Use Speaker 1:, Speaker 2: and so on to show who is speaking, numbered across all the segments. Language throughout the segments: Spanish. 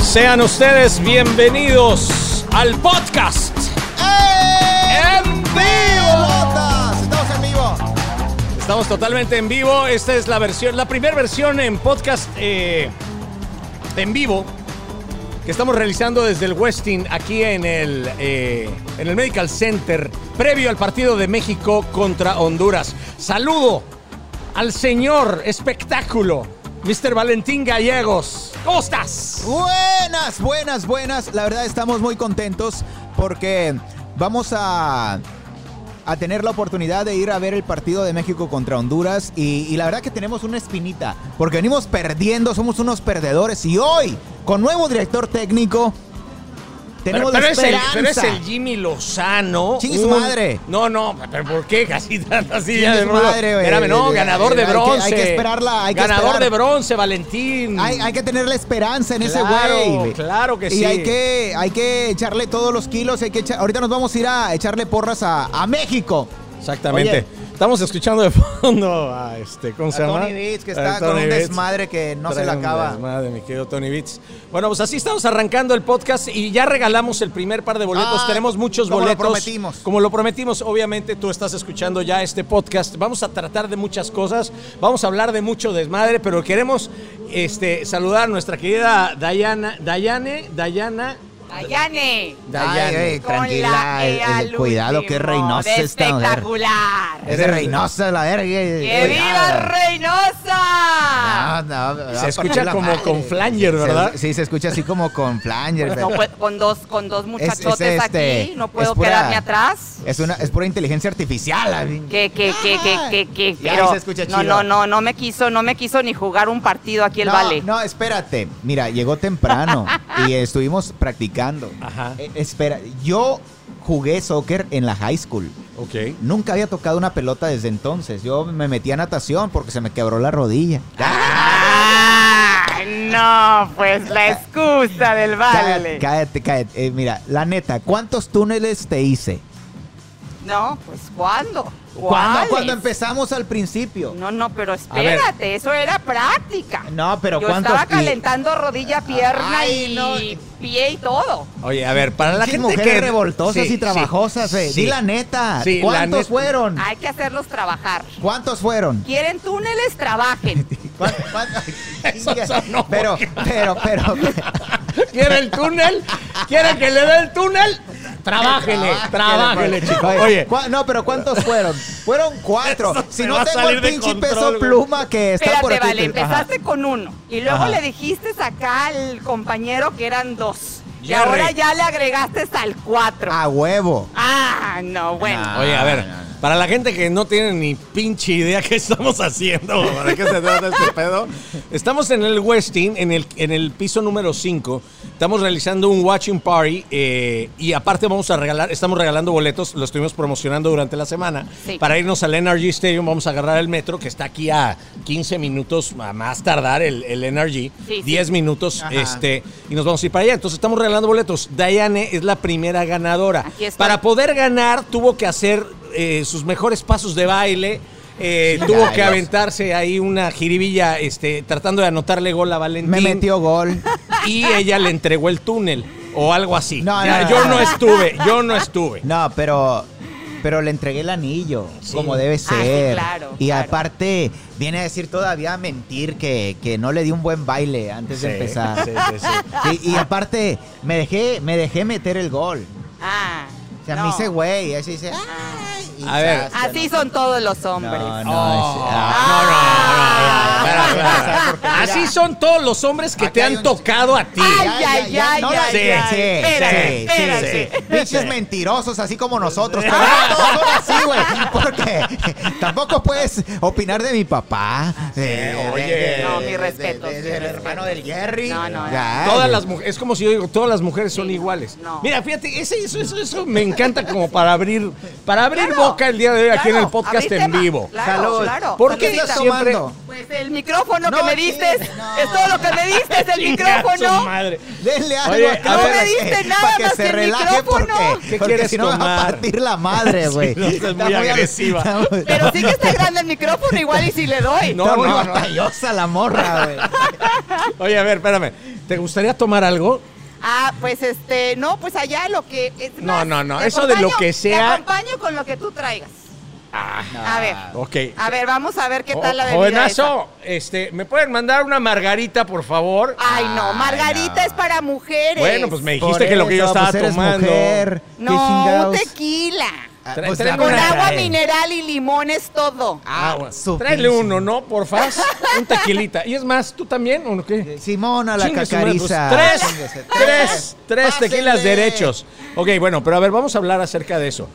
Speaker 1: Sean ustedes bienvenidos al podcast en vivo.
Speaker 2: ¡Pelotas! Estamos en vivo.
Speaker 1: Estamos totalmente en vivo. Esta es la versión, la primera versión en podcast eh, en vivo que estamos realizando desde el Westin aquí en el, eh, en el Medical Center previo al partido de México contra Honduras. Saludo al señor espectáculo, Mr. Valentín Gallegos. ¿Cómo estás?
Speaker 2: Buenas, buenas, buenas. La verdad estamos muy contentos porque vamos a, a tener la oportunidad de ir a ver el partido de México contra Honduras y, y la verdad que tenemos una espinita porque venimos perdiendo, somos unos perdedores y hoy con nuevo director técnico tenemos
Speaker 1: pero, pero
Speaker 2: la
Speaker 1: es el,
Speaker 2: esperanza.
Speaker 1: pero es el Jimmy Lozano. Uh,
Speaker 2: Chingue su madre.
Speaker 1: No, no, pero ¿por qué? Casi tanto así ya
Speaker 2: Chingue
Speaker 1: de
Speaker 2: su
Speaker 1: rudo.
Speaker 2: madre, güey.
Speaker 1: Espérame, no,
Speaker 2: Hay que-
Speaker 1: ganador de
Speaker 2: hay que-
Speaker 1: bronce.
Speaker 2: hay que esperarla, hay que
Speaker 1: Ganador
Speaker 2: esperar.
Speaker 1: de bronce, Valentín.
Speaker 2: Hay, hay que tener la esperanza en
Speaker 1: Claro,
Speaker 2: ese güey.
Speaker 1: claro que
Speaker 2: y
Speaker 1: sí.
Speaker 2: hay que, hay que echarle todos los kilos. Hay que echa- ahorita nos vamos a ir a echarle porras a, a México.
Speaker 1: Exactamente.
Speaker 2: Oye.
Speaker 1: Estamos escuchando de fondo a este, ¿cómo se
Speaker 2: A
Speaker 1: llama?
Speaker 2: Tony Beats, que
Speaker 1: A
Speaker 2: está con
Speaker 1: Tony
Speaker 2: un
Speaker 1: Beats.
Speaker 2: desmadre que no se
Speaker 1: Trae
Speaker 2: la
Speaker 1: un
Speaker 2: acaba.
Speaker 1: desmadre, mi querido Tony Beats. Bueno, pues así estamos arrancando el podcast y ya regalamos el primer par de boletos.
Speaker 2: Ah,
Speaker 1: Tenemos muchos
Speaker 2: como lo
Speaker 1: boletos.
Speaker 2: prometimos.
Speaker 1: Como lo prometimos, obviamente tú estás escuchando ya este podcast. Vamos a tratar de muchas cosas, vamos a hablar de mucho desmadre, pero queremos este, saludar a nuestra querida Dayana, Dayane, Dayana,
Speaker 3: Dayane.
Speaker 1: Dayane.
Speaker 2: Ay, ay,
Speaker 3: con
Speaker 2: tranquila.
Speaker 3: la E
Speaker 2: eh,
Speaker 3: al último,
Speaker 2: cuidado, que Reynosa
Speaker 3: de
Speaker 2: está.
Speaker 3: Espectacular.
Speaker 2: Es de Reynosa, la verga.
Speaker 3: ¡Que viva Reynosa!
Speaker 2: No, Ah, no, no,
Speaker 1: Se escucha
Speaker 2: la
Speaker 1: como
Speaker 2: madre.
Speaker 1: con flanger,
Speaker 2: Se-
Speaker 1: ¿verdad?
Speaker 2: sí, se escucha así como con flanger.
Speaker 3: Pues no
Speaker 2: pero-
Speaker 3: puedo- con dos con dos muchachotes
Speaker 2: este,
Speaker 3: aquí, no
Speaker 2: es
Speaker 3: puedo
Speaker 2: pura-
Speaker 3: quedarme atrás.
Speaker 2: es, una, es pura inteligencia artificial. así.
Speaker 3: Que, que, que, que, que, que,
Speaker 2: Ya, ahí
Speaker 3: pero
Speaker 2: se escucha
Speaker 3: no,
Speaker 2: chido.
Speaker 3: no, no, no me quiso, no me quiso ni jugar un partido aquí el
Speaker 2: no,
Speaker 3: vale.
Speaker 2: No, espérate. Mira, llegó temprano y estuvimos practicando.
Speaker 1: Ajá.
Speaker 2: Eh, espera, yo jugué soccer en la high school.
Speaker 1: Ok.
Speaker 2: Nunca había tocado una pelota desde entonces. Yo me metí a natación porque se me quebró la rodilla.
Speaker 3: Ah, no, pues la excusa del
Speaker 2: Cállate,
Speaker 3: vale.
Speaker 2: cállate, cállate. Eh, mira, la neta, ¿cuántos túneles te hice?
Speaker 3: No, pues ¿cuándo?
Speaker 2: Cuando,
Speaker 3: ¿Cuáles?
Speaker 2: cuando empezamos al principio.
Speaker 3: No, no, pero
Speaker 1: ver.
Speaker 3: espérate, eso era práctica.
Speaker 2: No, pero
Speaker 3: Yo
Speaker 2: ¿cuántos?
Speaker 3: estaba
Speaker 2: Y-
Speaker 3: calentando rodilla, pierna
Speaker 2: Ay,
Speaker 3: y
Speaker 2: no.
Speaker 3: pie y todo.
Speaker 1: Oye, a ver, para la
Speaker 2: Pinches
Speaker 1: gente
Speaker 2: mujeres
Speaker 1: que
Speaker 2: revoltosas
Speaker 1: Sí,
Speaker 2: y trabajosas,
Speaker 1: sí,
Speaker 2: eh.
Speaker 1: sí.
Speaker 2: Di la neta.
Speaker 1: Sí, la
Speaker 2: ¿Cuántos
Speaker 1: neta.
Speaker 2: fueron?
Speaker 3: Hay que hacerlos trabajar.
Speaker 2: ¿Cuántos fueron?
Speaker 3: Quieren túneles, trabajen.
Speaker 2: ¿Cuán- cuán-
Speaker 1: Eso sonó
Speaker 2: pero, pero, pero,
Speaker 1: ¿Quiere el túnel? ¿Quiere que le dé el túnel? Trabájele,
Speaker 2: Ah, pues.
Speaker 1: trabájele, chicos. Oye,
Speaker 2: ¿cuá- no, pero ¿cuántos fueron? Fueron cuatro.
Speaker 1: Eso
Speaker 2: si
Speaker 1: te va
Speaker 2: no
Speaker 1: a
Speaker 2: tengo
Speaker 1: salir
Speaker 2: el
Speaker 1: de
Speaker 2: pinche
Speaker 1: control,
Speaker 2: peso
Speaker 1: güey.
Speaker 2: pluma que está por
Speaker 3: Espérate,
Speaker 2: aquí.
Speaker 3: vale,
Speaker 2: te- Ajá.
Speaker 3: empezaste con uno y luego
Speaker 2: Ajá.
Speaker 3: le dijiste acá al compañero que eran dos. Y
Speaker 1: Jerry.
Speaker 3: ahora ya le agregaste al cuatro.
Speaker 2: A huevo.
Speaker 3: Ah, no, bueno.
Speaker 2: Nah.
Speaker 1: oye, a ver,
Speaker 2: no, no.
Speaker 1: para la gente que no tiene ni pinche idea qué estamos haciendo, ¿para qué se trata este pedo? Estamos en el Westin, en el, en el piso número 5. Estamos realizando un watching party eh, y aparte vamos a regalar, estamos regalando boletos, lo estuvimos promocionando durante la semana.
Speaker 3: Sí.
Speaker 1: Para irnos al NRG Stadium vamos a agarrar el metro que está aquí a 15 minutos a más tardar el, el NRG.
Speaker 3: Sí, sí.
Speaker 1: 10 minutos
Speaker 2: Ajá.
Speaker 1: este y nos vamos a ir para allá. Entonces estamos regalando boletos. Dayane es la primera ganadora.
Speaker 3: Aquí estoy.
Speaker 1: Para poder ganar tuvo que hacer eh, sus mejores pasos de baile. eh,
Speaker 2: Sí,
Speaker 1: tuvo
Speaker 2: ya,
Speaker 1: que
Speaker 2: ya.
Speaker 1: aventarse ahí una jiribilla este, tratando de anotarle gol a Valentín.
Speaker 2: Me metió gol.
Speaker 1: Y ella le entregó el túnel o algo así.
Speaker 2: No,
Speaker 1: Ya,
Speaker 2: no,
Speaker 1: yo
Speaker 2: no.
Speaker 1: no estuve, yo no estuve.
Speaker 2: No, pero pero le entregué el anillo,
Speaker 1: Sí.
Speaker 2: como debe
Speaker 3: Ah, sí,
Speaker 2: ser.
Speaker 3: claro,
Speaker 2: y
Speaker 3: claro.
Speaker 2: aparte, viene a decir todavía a mentir que, que no le di un buen baile antes de
Speaker 1: Sí,
Speaker 2: empezar.
Speaker 1: sí, sí, sí.
Speaker 2: Sí, y aparte, me dejé, me dejé meter el gol.
Speaker 3: Ah,
Speaker 2: O sea,
Speaker 3: no.
Speaker 2: me hice güey, y así dice, "Ay", y
Speaker 1: A ver.
Speaker 2: chas, ya
Speaker 3: Así
Speaker 2: no-
Speaker 3: son todos los
Speaker 2: No,
Speaker 3: hombres.
Speaker 2: no,
Speaker 1: Oh,
Speaker 2: es-
Speaker 1: no,
Speaker 2: ah.
Speaker 1: no, no, no,
Speaker 3: Ah.
Speaker 1: espera, espera, espera. Así son todos los hombres que
Speaker 2: Aquí
Speaker 1: te
Speaker 2: hay
Speaker 1: han
Speaker 2: un-
Speaker 1: tocado a ti.
Speaker 3: Ay,
Speaker 2: Ya, ya,
Speaker 3: ay,
Speaker 2: ya,
Speaker 3: ay,
Speaker 2: no,
Speaker 3: ay,
Speaker 2: sí,
Speaker 3: ay.
Speaker 2: sí,
Speaker 3: Espérate,
Speaker 2: sí,
Speaker 3: espérate.
Speaker 2: sí. Pinches mentirosos, así como nosotros. Pero no todos son así, güey. Porque tampoco puedes opinar de mi papá. de-
Speaker 1: oye.
Speaker 2: de-
Speaker 1: No,
Speaker 3: mi
Speaker 2: de-
Speaker 3: respeto,
Speaker 2: de- de-
Speaker 3: mi
Speaker 2: del
Speaker 3: respeto.
Speaker 2: hermano del Jerry.
Speaker 3: No, no,
Speaker 2: Ya,
Speaker 1: Todas
Speaker 2: Ah, ya.
Speaker 1: las mujeres, es como si yo digo, todas las mujeres son iguales.
Speaker 3: no.
Speaker 1: Mira, fíjate, ese- eso, eso, eso me encanta como para abrir, para abrir
Speaker 3: Claro,
Speaker 1: boca el día de hoy aquí en
Speaker 3: claro,
Speaker 1: el podcast
Speaker 3: abrir
Speaker 1: en
Speaker 3: tema.
Speaker 1: vivo.
Speaker 3: Claro,
Speaker 2: Salud.
Speaker 3: claro.
Speaker 1: ¿Por qué
Speaker 3: Saludcita.
Speaker 1: siempre,
Speaker 2: tomando?
Speaker 3: Pues el micrófono
Speaker 2: No,
Speaker 3: que me diste
Speaker 2: sí, no.
Speaker 3: es todo lo que me diste, es el
Speaker 1: Chinga su
Speaker 3: micrófono.
Speaker 1: madre.
Speaker 2: Denle algo
Speaker 1: Oye,
Speaker 2: acá
Speaker 1: a
Speaker 2: para
Speaker 1: ver.
Speaker 2: que-
Speaker 3: No me diste nada
Speaker 2: para que
Speaker 3: más
Speaker 2: se
Speaker 3: que el
Speaker 2: relaje
Speaker 3: micrófono.
Speaker 2: porque,
Speaker 1: ¿Qué
Speaker 2: porque
Speaker 1: quieres
Speaker 2: si no me va a
Speaker 1: tomar?
Speaker 2: partir la madre, güey.
Speaker 1: Sí, no, estás
Speaker 2: Está
Speaker 1: muy
Speaker 2: ag-
Speaker 1: agresiva.
Speaker 2: está muy-
Speaker 3: Pero sí que está grande el micrófono igual y si le doy.
Speaker 1: No,
Speaker 2: está muy
Speaker 1: no, no.
Speaker 2: batallosa la morra, güey.
Speaker 1: Oye, a ver, espérame. ¿Te gustaría tomar algo?
Speaker 3: Ah, pues este, no, pues allá lo que es
Speaker 1: No,
Speaker 3: más,
Speaker 1: no, no,
Speaker 3: te
Speaker 1: eso de lo
Speaker 3: acompaño-
Speaker 1: que sea-
Speaker 3: Te acompaño con lo que tú traigas.
Speaker 2: Ah,
Speaker 3: A ver.
Speaker 1: Ah, Ok.
Speaker 3: A ver, vamos a ver Ah, qué
Speaker 1: Jo-
Speaker 3: tal la bebida. esa. Ah,
Speaker 1: Jovenazo, este, ¿me pueden mandar una margarita, por favor?
Speaker 3: Ay, no, Margarita
Speaker 2: Ay, no.
Speaker 3: es para mujeres.
Speaker 1: Bueno, pues me
Speaker 2: Por
Speaker 1: dijiste que lo que yo
Speaker 2: eso,
Speaker 1: estaba
Speaker 2: pues eres
Speaker 1: tomando.
Speaker 2: mujer, qué
Speaker 3: No, un
Speaker 2: chingados.
Speaker 3: tequila.
Speaker 2: Ah,
Speaker 1: Tra-
Speaker 2: pues
Speaker 1: traen
Speaker 2: la
Speaker 3: Con
Speaker 1: una-
Speaker 2: verdad,
Speaker 3: agua
Speaker 2: eh.
Speaker 3: mineral y limón es todo.
Speaker 1: Ah, bueno.
Speaker 2: su
Speaker 1: Tráele
Speaker 2: pinche-
Speaker 1: uno, ¿no? Por faz. Un tequilita. Y es más, ¿tú también o qué?
Speaker 2: Simona la
Speaker 1: Chingue su madre, pues,
Speaker 2: cacariza.
Speaker 1: tres, tres, tres tequilas
Speaker 2: Pásenle.
Speaker 1: derechos. Ok, bueno, pero a ver, vamos a hablar acerca de eso.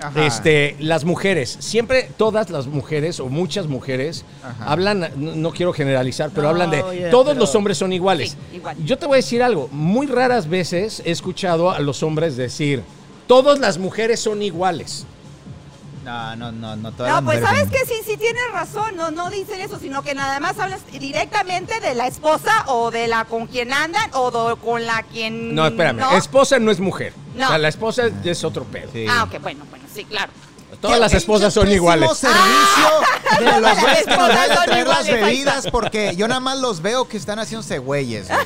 Speaker 2: Ajá.
Speaker 1: Este, las mujeres, siempre todas las mujeres o muchas mujeres
Speaker 2: Ajá.
Speaker 1: hablan, no, no quiero generalizar, pero
Speaker 2: No,
Speaker 1: hablan de
Speaker 2: oye,
Speaker 1: todos
Speaker 2: pero-
Speaker 1: los hombres son iguales.
Speaker 3: Sí, igual.
Speaker 1: Yo te voy a decir algo, muy raras veces he escuchado a los hombres decir, todas las mujeres son iguales.
Speaker 2: No, no, no, no. todas
Speaker 3: No,
Speaker 2: las
Speaker 3: pues
Speaker 2: mujeres
Speaker 3: sabes
Speaker 2: son-
Speaker 3: que sí, sí tienes razón. No, no dicen eso, sino que nada más hablas directamente de la esposa o de la con quien andan o do- con la quien.
Speaker 1: No, espérame, esposa no es mujer.
Speaker 3: Mm, No.
Speaker 1: O sea, la esposa es otro pedo.
Speaker 2: Sí.
Speaker 3: Ah, ok, bueno, bueno, sí, claro.
Speaker 1: Todas las
Speaker 2: Qué
Speaker 1: esposas son
Speaker 2: pinche
Speaker 1: iguales.
Speaker 2: pésimo servicio de los
Speaker 3: Las
Speaker 2: güeyes que
Speaker 3: esposas
Speaker 2: nos van a
Speaker 3: son
Speaker 2: traer las
Speaker 3: iguales, ahí
Speaker 2: bebidas porque yo nada más los veo que están haciéndose güeyes. güey.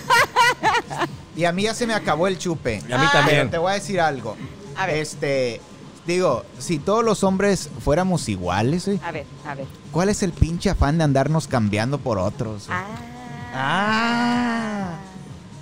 Speaker 2: Y a mí ya se me acabó el chupe.
Speaker 1: Y a mí
Speaker 3: Ah.
Speaker 1: también.
Speaker 2: Pero te voy a decir algo.
Speaker 3: A ver.
Speaker 2: Este, digo, si todos los hombres fuéramos iguales, güey,
Speaker 3: A ver, a ver.
Speaker 2: ¿cuál es el pinche afán de andarnos cambiando por otros? güey?
Speaker 3: Ah.
Speaker 2: Ah,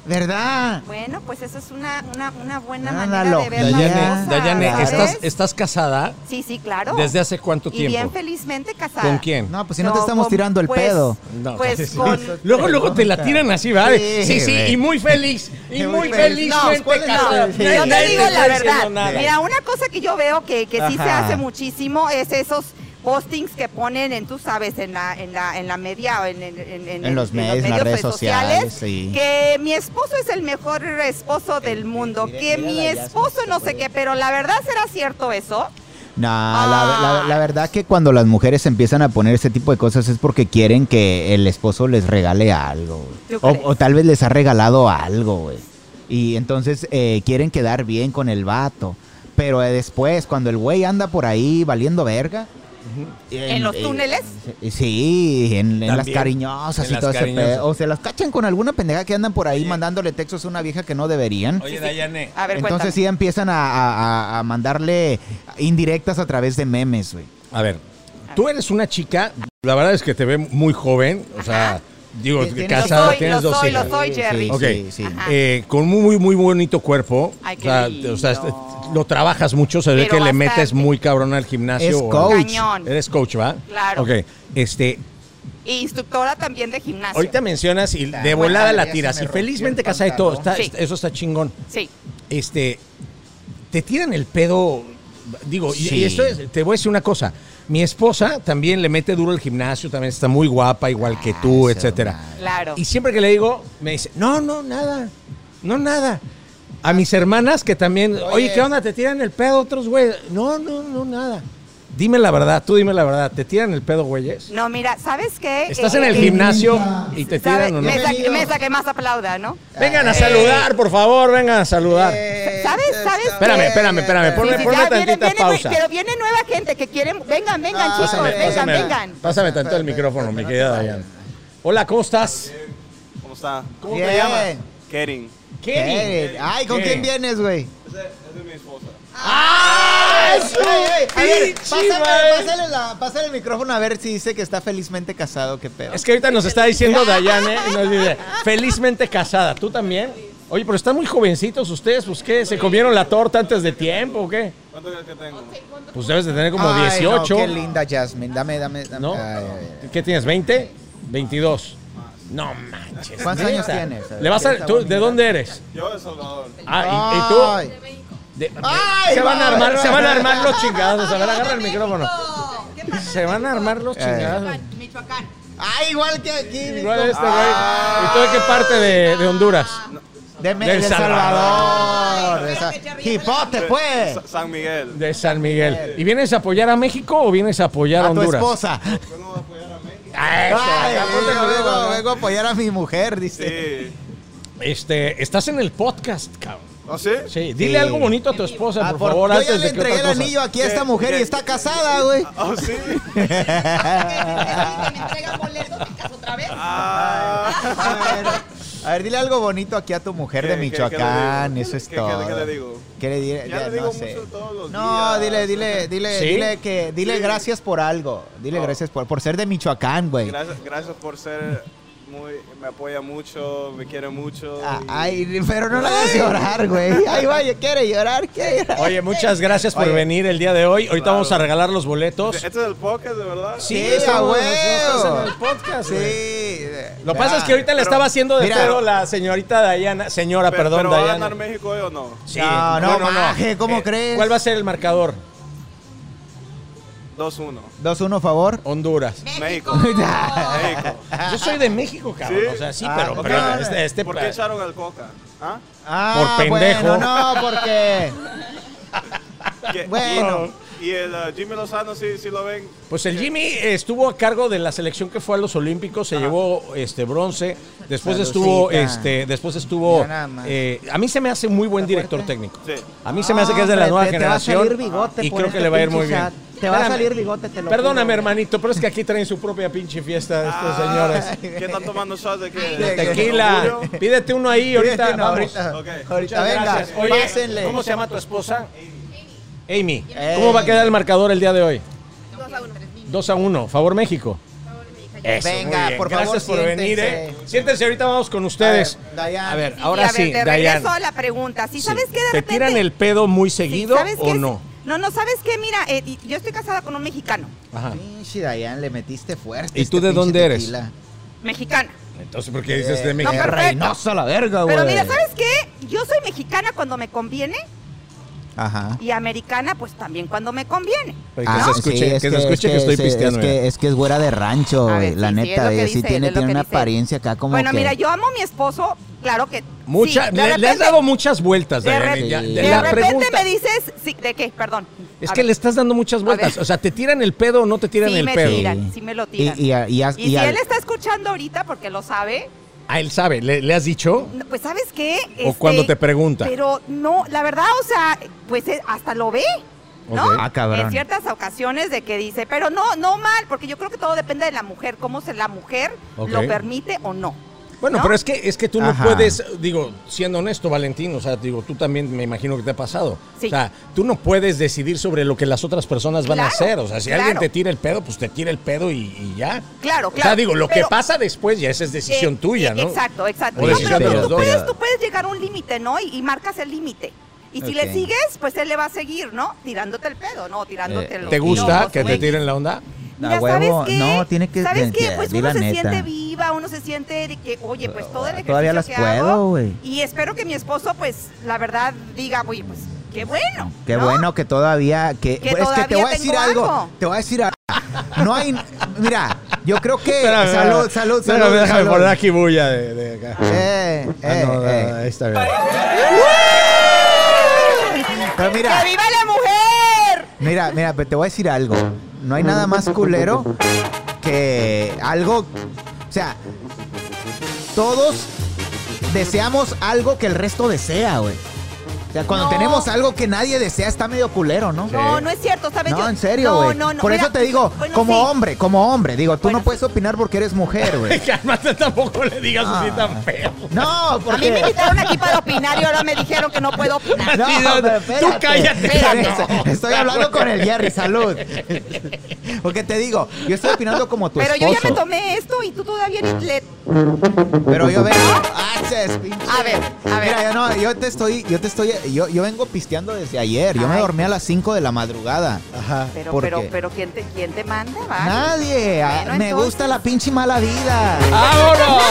Speaker 2: ¿verdad?
Speaker 3: Bueno, pues eso es una, una, una buena
Speaker 2: Ah,
Speaker 3: manera
Speaker 2: la
Speaker 3: de ver las
Speaker 1: Dayane,
Speaker 2: Dayane,
Speaker 3: cosas,
Speaker 1: Dayane,
Speaker 2: Claro.
Speaker 1: ¿estás,
Speaker 3: ¿sabes?
Speaker 1: estás casada?
Speaker 3: Sí, sí, claro.
Speaker 1: ¿Desde hace cuánto
Speaker 3: Y bien
Speaker 1: tiempo?
Speaker 3: felizmente casada.
Speaker 1: ¿Con quién?
Speaker 2: No, pues si no, te estamos
Speaker 3: con-
Speaker 2: tirando el
Speaker 3: pues,
Speaker 2: pedo.
Speaker 1: No,
Speaker 3: pues
Speaker 1: sí, sí.
Speaker 3: con...
Speaker 1: Luego, luego te la tiran así, ¿va? Sí,
Speaker 2: Sí,
Speaker 1: sí,
Speaker 2: güey.
Speaker 1: y muy feliz, y
Speaker 2: Qué
Speaker 1: muy
Speaker 2: muy feliz.
Speaker 1: feliz.
Speaker 2: No, ¿cuál es la
Speaker 3: No,
Speaker 2: Sí.
Speaker 3: yo
Speaker 2: Nadie
Speaker 3: te
Speaker 2: te
Speaker 3: digo
Speaker 2: está
Speaker 3: la verdad. Mira, una cosa que yo veo que, que sí se
Speaker 2: Ajá.
Speaker 3: hace muchísimo es esos postings que ponen en, tú sabes, en la, en la, en la media o en, en- en- en-
Speaker 2: En los medios, en las redes sociales, sí. Eh,
Speaker 3: que mi esposo es el mejor esposo del mundo,
Speaker 2: mira-
Speaker 3: que
Speaker 2: mírala
Speaker 3: mi
Speaker 2: ya, si
Speaker 3: esposo
Speaker 2: se
Speaker 3: no sé
Speaker 2: puede.
Speaker 3: qué, pero la verdad será cierto eso.
Speaker 2: No, la,
Speaker 3: Ah.
Speaker 2: la- la verdad que cuando las mujeres empiezan a poner ese tipo de cosas es porque quieren que el esposo les regale algo.
Speaker 3: ¿Tú
Speaker 2: O,
Speaker 3: crees?
Speaker 2: o tal vez les ha regalado algo, güey. Y entonces eh, quieren quedar bien con el vato. Pero eh, después, cuando el güey anda por ahí valiendo verga.
Speaker 3: ¿En los túneles?
Speaker 2: eh, sí, en, en las
Speaker 1: También.
Speaker 2: cariñosas
Speaker 1: En
Speaker 2: y
Speaker 1: las
Speaker 2: todo ese
Speaker 1: cariñosas.
Speaker 2: pedo. O se las cachan con alguna pendeja que andan por ahí mandándole textos a una vieja que no deberían.
Speaker 1: Oye, Dayane,
Speaker 3: A ver,
Speaker 2: Entonces
Speaker 3: cuéntame.
Speaker 2: sí empiezan a, a- a- a mandarle indirectas a través de memes, güey.
Speaker 1: a ver, tú eres una chica, la verdad es que te ve muy joven, o sea,
Speaker 3: Ajá.
Speaker 1: digo,
Speaker 2: Tienes-
Speaker 1: casada,
Speaker 3: Lo soy,
Speaker 1: tienes
Speaker 3: lo
Speaker 1: dos
Speaker 3: soy, lo
Speaker 1: hijas.
Speaker 3: soy, Jerry.
Speaker 1: Ok.
Speaker 2: Sí, sí.
Speaker 3: Ajá.
Speaker 1: Eh, con muy, muy, muy bonito cuerpo.
Speaker 3: Ay, qué
Speaker 1: o sea,
Speaker 3: lindo.
Speaker 1: o sea, este, lo trabajas mucho, se ve
Speaker 3: Pero
Speaker 1: que le
Speaker 3: bastante.
Speaker 1: metes muy cabrón al gimnasio.
Speaker 2: Es
Speaker 1: o-
Speaker 2: coach.
Speaker 3: Cañón.
Speaker 1: Eres coach, ¿va?
Speaker 3: Claro.
Speaker 1: Ok, este,
Speaker 3: Y instructora también de gimnasio.
Speaker 1: ahorita mencionas y de
Speaker 2: Bueno,
Speaker 1: volada
Speaker 2: ya
Speaker 1: la
Speaker 2: se
Speaker 1: tiras.
Speaker 2: me
Speaker 1: Y
Speaker 2: rompió
Speaker 1: felizmente
Speaker 2: el
Speaker 1: casada y todo, está-
Speaker 2: pantalón.
Speaker 3: Sí.
Speaker 1: eso está chingón.
Speaker 3: Sí.
Speaker 1: este, te tiran el pedo. Digo, y- y,
Speaker 2: Sí.
Speaker 1: esto es- te voy a decir una cosa. Mi esposa también le mete duro al gimnasio, también está muy guapa, igual que tú,
Speaker 2: Ah, eso,
Speaker 1: etcétera.
Speaker 2: madre.
Speaker 3: Claro.
Speaker 1: Y siempre que le digo, me dice, no, no, nada, no, nada. A mis hermanas que también, oye,
Speaker 2: Oye.
Speaker 1: ¿qué onda? ¿Te tiran el pedo otros güeyes? No, no, no, nada. Dime la verdad, tú dime la verdad, ¿te tiran el pedo, güeyes?
Speaker 3: No, mira, ¿sabes qué?
Speaker 1: Estás
Speaker 3: Eh,
Speaker 1: en el
Speaker 3: eh,
Speaker 1: gimnasio y te
Speaker 3: ¿sabe?
Speaker 1: tiran o no.
Speaker 3: Mesa,
Speaker 2: Bienvenido.
Speaker 3: mesa que más aplauda, ¿no?
Speaker 1: Vengan a
Speaker 3: Eh.
Speaker 1: saludar, por favor, vengan a saludar.
Speaker 2: Eh,
Speaker 3: ¿Sabes? ¿Sabes?
Speaker 1: Espérame, espérame, espérame, ponme-
Speaker 3: Sí, sí,
Speaker 1: ponme
Speaker 3: ya viene-
Speaker 1: tantita
Speaker 3: viene-
Speaker 1: pausa.
Speaker 3: Pero viene nueva gente que quieren. Vengan, vengan,
Speaker 2: Ah,
Speaker 3: chicos,
Speaker 1: Pásame,
Speaker 3: vengan,
Speaker 1: pásame,
Speaker 3: vengan.
Speaker 1: pásame tanto el micrófono, mi querida Dayan. Hola, ¿cómo estás?
Speaker 4: ¿Cómo está?
Speaker 1: ¿Cómo
Speaker 2: Bien.
Speaker 1: te llamas?
Speaker 4: Kering.
Speaker 2: Kevin. Ay, ¿con quién vienes, güey?
Speaker 4: Es de, es de mi esposa.
Speaker 1: ¡Ah!
Speaker 2: Ay, güey, a ver,
Speaker 1: pinche
Speaker 2: pásale,
Speaker 1: madre!
Speaker 2: pásale la- pásale el micrófono a ver si dice que está felizmente casado, qué pedo.
Speaker 1: Es que ahorita nos está diciendo Dayane, nos dice, felizmente casada, ¿tú también? Oye, pero están muy jovencitos ustedes, pues qué, ¿se comieron la torta antes de tiempo o qué?
Speaker 4: ¿Cuánto crees que tengo?
Speaker 1: Pues debes de tener como
Speaker 2: Ay, no,
Speaker 1: 18.
Speaker 2: qué linda Jasmine, dame, dame, dame.
Speaker 1: ¿No?
Speaker 2: Ay, ay, ay.
Speaker 1: ¿Qué tienes? ¿20? 22. No manches.
Speaker 2: ¿Cuántos años
Speaker 1: neta.
Speaker 2: tienes? A ver,
Speaker 1: ¿Le vas
Speaker 2: ¿quieres
Speaker 1: a, tú,
Speaker 2: abonar?
Speaker 1: ¿De dónde eres?
Speaker 4: Yo de Salvador.
Speaker 1: Ah, ¿y, y tú?
Speaker 2: Ay.
Speaker 1: De-
Speaker 2: Ay,
Speaker 1: se van a
Speaker 2: va,
Speaker 1: armar,
Speaker 2: va,
Speaker 1: se van a
Speaker 2: va.
Speaker 1: armar los chingados. A ver, agarra el micrófono. Se van a armar los chingados.
Speaker 3: Michoacán.
Speaker 2: Ah, igual que aquí. mi
Speaker 1: Igual este
Speaker 2: compa-
Speaker 1: güey. ¿Y tú de qué parte de, de Honduras?
Speaker 2: De, Me-
Speaker 1: Del
Speaker 2: de
Speaker 1: Salvador.
Speaker 2: Salvador. de Sa- Hipote, pues.
Speaker 4: Sa- San Miguel.
Speaker 1: De San Miguel. ¿Y vienes a apoyar a México o vienes a apoyar a,
Speaker 2: A tu
Speaker 1: Honduras? Ah, este,
Speaker 2: esposa.
Speaker 4: ¿Cómo va a apoyar a México?
Speaker 2: Ay,
Speaker 4: acá ponte
Speaker 2: yo vengo,
Speaker 4: conmigo,
Speaker 2: vengo a apoyar a mi mujer, dice.
Speaker 4: Sí.
Speaker 1: Este, estás en el podcast, cabrón.
Speaker 4: ¿No ¿Oh, sí?
Speaker 1: Sí, dile
Speaker 2: Sí.
Speaker 1: algo bonito a tu esposa,
Speaker 2: Ah,
Speaker 1: por,
Speaker 2: por-
Speaker 1: favor,
Speaker 2: yo
Speaker 1: antes
Speaker 2: ya le
Speaker 1: de que otra
Speaker 2: entregué el
Speaker 1: cosa.
Speaker 2: anillo aquí a esta
Speaker 4: ¿Qué?
Speaker 2: mujer y
Speaker 4: ¿Qué?
Speaker 2: está casada, güey.
Speaker 4: Oh, sí.
Speaker 3: Que me entrega boletos en casa otra vez.
Speaker 4: Ah.
Speaker 2: A ver, a ver, dile algo bonito aquí a tu mujer de
Speaker 4: ¿Qué- qué- qué le
Speaker 2: Michoacán,
Speaker 4: digo?
Speaker 2: eso es
Speaker 4: ¿Qué- qué-
Speaker 2: todo.
Speaker 4: qué le digo?
Speaker 2: ¿Qué le diré?
Speaker 4: Ya le
Speaker 2: no
Speaker 4: digo
Speaker 2: sé.
Speaker 4: mucho todos los
Speaker 2: No,
Speaker 4: días.
Speaker 2: dile, dile, dile,
Speaker 1: ¿Sí?
Speaker 2: dile que, dile
Speaker 4: Sí.
Speaker 2: gracias por algo. Dile
Speaker 4: Oh.
Speaker 2: gracias por, por ser de Michoacán, güey.
Speaker 4: Gracias, gracias por ser muy. Me apoya mucho, me quiere mucho.
Speaker 2: Ah,
Speaker 4: y-
Speaker 2: Ay, pero no la hagas llorar, güey. Ay, vaya, quiere llorar, quiere llorar.
Speaker 1: Oye, muchas gracias por
Speaker 2: Oye.
Speaker 1: venir el día de hoy. Ahorita
Speaker 4: Claro.
Speaker 1: vamos a regalar los boletos.
Speaker 4: Este es el podcast, de verdad.
Speaker 2: Sí,
Speaker 1: estamos-
Speaker 2: a huevo.
Speaker 1: estamos en el podcast,
Speaker 2: Sí.
Speaker 1: güey.
Speaker 2: eh,
Speaker 1: Lo que pasa
Speaker 2: ya.
Speaker 1: es que ahorita le
Speaker 4: Pero-
Speaker 1: estaba haciendo de
Speaker 2: Mira.
Speaker 1: pedo la señorita Dayana. Señora,
Speaker 4: Pero-
Speaker 1: Ah, perdón,
Speaker 4: pero ¿va a
Speaker 1: Dayana.
Speaker 4: ganar México hoy o no?
Speaker 1: Sí.
Speaker 2: No, no, maje, ¿cómo
Speaker 1: Eh,
Speaker 2: crees?
Speaker 1: ¿Cuál va a ser el marcador?
Speaker 4: 2-1.
Speaker 2: 2-1, favor.
Speaker 1: Honduras.
Speaker 4: México. México.
Speaker 1: Yo soy de México, cabrón.
Speaker 4: Sí.
Speaker 1: O sea, sí,
Speaker 2: Ah,
Speaker 1: pero,
Speaker 2: ok.
Speaker 1: pero este, este-
Speaker 4: ¿Por qué echaron al Coca? ¿Ah?
Speaker 2: Ah,
Speaker 1: Por pendejo.
Speaker 2: Bueno, no, porque.
Speaker 4: ¿Qué-
Speaker 2: Bueno.
Speaker 4: Y el eh, Jimmy Lozano, sí, sí lo ven.
Speaker 1: Pues el Jimmy estuvo a cargo de la selección que fue a los Olímpicos, se llevó este bronce, después
Speaker 2: Salucita.
Speaker 1: estuvo, este, después estuvo,
Speaker 2: Ya nada más.
Speaker 1: eh, a mí se me hace muy buen director técnico.
Speaker 4: Sí.
Speaker 1: A mí se me hace que es de la
Speaker 5: Hombre,
Speaker 1: nueva
Speaker 5: te-
Speaker 1: generación.
Speaker 5: Te va a salir bigote
Speaker 1: y
Speaker 5: por
Speaker 1: creo que
Speaker 5: este
Speaker 1: le va a ir muy
Speaker 5: pinche
Speaker 1: bien.
Speaker 5: chat. Te va a
Speaker 1: Espérame.
Speaker 5: salir bigote, te lo
Speaker 1: Perdóname,
Speaker 5: juro.
Speaker 1: hermanito, pero es que aquí traen su propia pinche fiesta de estos
Speaker 4: Ah,
Speaker 1: señores.
Speaker 4: ¿Qué están tomando shots de qué?
Speaker 2: de
Speaker 1: Tequila,
Speaker 4: ¿Orgullo?
Speaker 1: pídete uno ahí ahorita.
Speaker 2: Ahorita, no,
Speaker 1: vamos.
Speaker 2: ahorita,
Speaker 4: Ok.
Speaker 2: ahorita
Speaker 1: Muchas
Speaker 2: venga,
Speaker 1: gracias. Oye,
Speaker 2: pásenle.
Speaker 1: ¿cómo se llama tu esposa? Amy.
Speaker 2: Amy.
Speaker 1: ¿Cómo va a quedar el marcador el día de hoy? 2 a 1. Favor México. Eso, muy
Speaker 2: Venga,
Speaker 1: bien.
Speaker 2: por favor,
Speaker 1: Gracias por venir.
Speaker 2: siéntense.
Speaker 1: ¿eh? Siéntense, ahorita vamos con ustedes.
Speaker 2: A ver, Dayan.
Speaker 1: A ver,
Speaker 3: Sí,
Speaker 1: ahora
Speaker 3: a ver,
Speaker 1: sí,
Speaker 3: te
Speaker 1: Dayan.
Speaker 3: regreso a la pregunta. Si sabes que de
Speaker 1: ¿Te
Speaker 3: repente...
Speaker 1: tiran el pedo muy seguido
Speaker 3: Sí, ¿sabes
Speaker 1: o
Speaker 3: qué?
Speaker 1: no?
Speaker 3: No, no, ¿sabes qué? Mira, eh, y- yo estoy casada con un mexicano,
Speaker 1: Ajá.
Speaker 2: Pinche Dayan, le metiste fuerte. este
Speaker 1: ¿Y tú de
Speaker 2: pinche
Speaker 1: dónde eres?
Speaker 2: tequila.
Speaker 3: mexicana.
Speaker 1: Entonces, ¿por qué dices de
Speaker 2: Eh,
Speaker 3: No,
Speaker 1: México?
Speaker 2: de
Speaker 3: perfecto.
Speaker 2: Reynosa a la verga,
Speaker 1: Ah,
Speaker 2: güey.
Speaker 3: Pero mira, ¿sabes qué? Yo soy mexicana cuando me conviene
Speaker 2: Ajá.
Speaker 3: y americana pues también cuando me conviene.
Speaker 1: Para
Speaker 2: Ah,
Speaker 1: que se escuche,
Speaker 2: sí,
Speaker 1: que, se escuche que,
Speaker 2: es
Speaker 1: estoy
Speaker 2: es-
Speaker 1: pisteando. eh.
Speaker 2: Es
Speaker 3: eh,
Speaker 2: que, es que es güera de rancho,
Speaker 3: A ver,
Speaker 2: güey. La
Speaker 3: sí, sí, es
Speaker 2: neta,
Speaker 3: lo que
Speaker 2: ella sí
Speaker 3: dice,
Speaker 2: tiene,
Speaker 3: es lo
Speaker 2: tiene
Speaker 3: que
Speaker 2: una
Speaker 3: dice.
Speaker 2: apariencia acá como
Speaker 3: bueno,
Speaker 2: que...
Speaker 3: mira, yo amo a mi esposo, claro que...
Speaker 1: Mucha- le,
Speaker 3: sí, de
Speaker 1: le has
Speaker 3: repente-
Speaker 1: dado muchas vueltas,
Speaker 3: De,
Speaker 1: Dayan.
Speaker 3: re-
Speaker 1: ya-
Speaker 2: de
Speaker 3: de
Speaker 1: la
Speaker 3: repente
Speaker 1: pregunta,
Speaker 3: me dices... sí, ¿De qué? Perdón.
Speaker 1: Es
Speaker 3: A
Speaker 1: que
Speaker 3: ver.
Speaker 1: le estás dando muchas vueltas.
Speaker 3: ver.
Speaker 1: O sea, ¿te tiran el pedo o no te tiran
Speaker 3: sí
Speaker 1: el
Speaker 3: me
Speaker 1: pedo?
Speaker 3: tiran, sí me lo
Speaker 2: Y,
Speaker 3: tiran.
Speaker 2: y, a- y, a-
Speaker 3: Y
Speaker 2: y
Speaker 3: si
Speaker 2: a-
Speaker 3: él está escuchando ahorita porque lo sabe,
Speaker 1: A Ah, él sabe, ¿le, le has dicho?
Speaker 3: no, pues ¿sabes qué?
Speaker 1: O cuando te pregunta.
Speaker 3: Pero no, la verdad, o sea, pues eh, hasta lo ve. ¿No?
Speaker 1: Ok.
Speaker 2: Ah, cabrón.
Speaker 3: En ciertas ocasiones de que dice, pero no, no mal, porque yo creo que todo depende de la mujer, cómo se la mujer
Speaker 1: Ok.
Speaker 3: lo permite o no.
Speaker 1: Bueno,
Speaker 3: ¿no?
Speaker 1: pero es que es que tú no
Speaker 2: Ajá.
Speaker 1: puedes, digo, siendo honesto, Valentín, o sea, digo, tú también me imagino que te ha pasado.
Speaker 3: Sí.
Speaker 1: O sea, tú no puedes decidir sobre lo que las otras personas van a
Speaker 3: Claro,
Speaker 1: hacer. O sea, si alguien
Speaker 3: claro.
Speaker 1: te tira el pedo, pues te tira el pedo y, y ya.
Speaker 3: Claro,
Speaker 1: O sea,
Speaker 3: claro,
Speaker 1: digo, lo
Speaker 3: pero-
Speaker 1: que pasa después ya esa es decisión
Speaker 3: Eh,
Speaker 1: tuya,
Speaker 3: eh,
Speaker 1: ¿no?
Speaker 3: Exacto, exacto.
Speaker 1: O
Speaker 3: No,
Speaker 1: decisión
Speaker 3: pero
Speaker 1: de
Speaker 3: tú,
Speaker 1: los
Speaker 3: tú
Speaker 1: dos.
Speaker 3: puedes, tú puedes llegar a un límite, ¿no? Y, y marcas el límite. Y si
Speaker 2: Ok.
Speaker 3: le sigues, pues él le va a seguir, ¿no? Tirándote el pedo, ¿no? Tirándote
Speaker 2: Eh,
Speaker 3: el
Speaker 1: ¿Te gusta que te
Speaker 3: tiren
Speaker 1: tiren la onda?
Speaker 2: A
Speaker 3: Mira,
Speaker 2: huevo,
Speaker 3: ¿sabes qué?
Speaker 2: no, tiene que-
Speaker 3: ¿Sabes
Speaker 2: tiene
Speaker 3: qué?
Speaker 2: que-
Speaker 3: Pues
Speaker 2: di
Speaker 3: uno
Speaker 2: la
Speaker 3: se
Speaker 2: neta. Ah,
Speaker 3: siente viva, uno se siente de que, oye, pues todo el ejercicio
Speaker 2: Todavía las
Speaker 3: que
Speaker 2: puedo,
Speaker 3: hago,
Speaker 2: güey.
Speaker 3: Y espero que mi esposo, pues, la verdad, diga, oye, pues, qué bueno.
Speaker 2: Qué
Speaker 3: ¿no?
Speaker 2: bueno que todavía que,
Speaker 3: Que
Speaker 2: es que te
Speaker 3: todavía
Speaker 2: voy a decir
Speaker 3: tengo
Speaker 2: algo.
Speaker 3: algo.
Speaker 2: te voy a decir algo. No hay mira, yo creo que
Speaker 1: Espérame,
Speaker 2: salud,
Speaker 1: espérame.
Speaker 2: salud, salud.
Speaker 1: Espérame, déjame
Speaker 2: salud.
Speaker 1: poner aquí bulla de, de acá.
Speaker 2: Eh,
Speaker 1: Ah,
Speaker 2: eh,
Speaker 1: no, no,
Speaker 2: eh.
Speaker 1: no, ahí está bien.
Speaker 2: Pero mira,
Speaker 3: ¡Que viva la mujer!
Speaker 2: Mira, mira, pero te voy a decir algo. No hay nada más culero que algo. O sea, todos deseamos algo que el resto desea, güey. O sea, cuando
Speaker 3: No.
Speaker 2: tenemos algo que nadie desea, está medio culero, ¿no?
Speaker 3: No, no es cierto, ¿sabes?
Speaker 2: No,
Speaker 3: Yo-
Speaker 2: en serio, güey. Por
Speaker 3: mira,
Speaker 2: eso te digo,
Speaker 3: bueno,
Speaker 2: como
Speaker 3: sí.
Speaker 2: hombre, como hombre, digo, tú
Speaker 3: Bueno,
Speaker 2: no puedes opinar porque eres mujer, güey.
Speaker 1: Cálmate, tampoco le digas así
Speaker 2: Ah.
Speaker 1: tan feo.
Speaker 2: No,
Speaker 3: A mí
Speaker 2: porque.
Speaker 3: me invitaron aquí para opinar y ahora me dijeron que no puedo opinar.
Speaker 2: No,
Speaker 1: Sí, no,
Speaker 2: pero
Speaker 1: tú
Speaker 2: espérate.
Speaker 1: cállate.
Speaker 2: Espérate,
Speaker 1: No.
Speaker 2: Estoy hablando con el Jerry, salud. Porque te digo, yo estoy opinando como tu
Speaker 3: Pero yo
Speaker 2: esposo.
Speaker 3: ya me tomé esto y tú todavía ni le...
Speaker 2: Pero yo ah, veo. Access, pinche.
Speaker 3: A ver, a ver.
Speaker 2: Mira, yo no, yo te estoy, yo te estoy, yo, yo vengo pisteando desde ayer. Yo me
Speaker 3: Ay.
Speaker 2: dormí a las 5 de la madrugada. Ajá.
Speaker 3: Pero,
Speaker 2: ¿Por
Speaker 3: pero,
Speaker 2: qué?
Speaker 3: pero, ¿quién te, quién te manda? va?
Speaker 2: Nadie. ah,
Speaker 3: Bueno,
Speaker 2: me
Speaker 3: entonces.
Speaker 1: Ah,
Speaker 2: gusta la pinche mala vida.
Speaker 1: ¡Vámonos!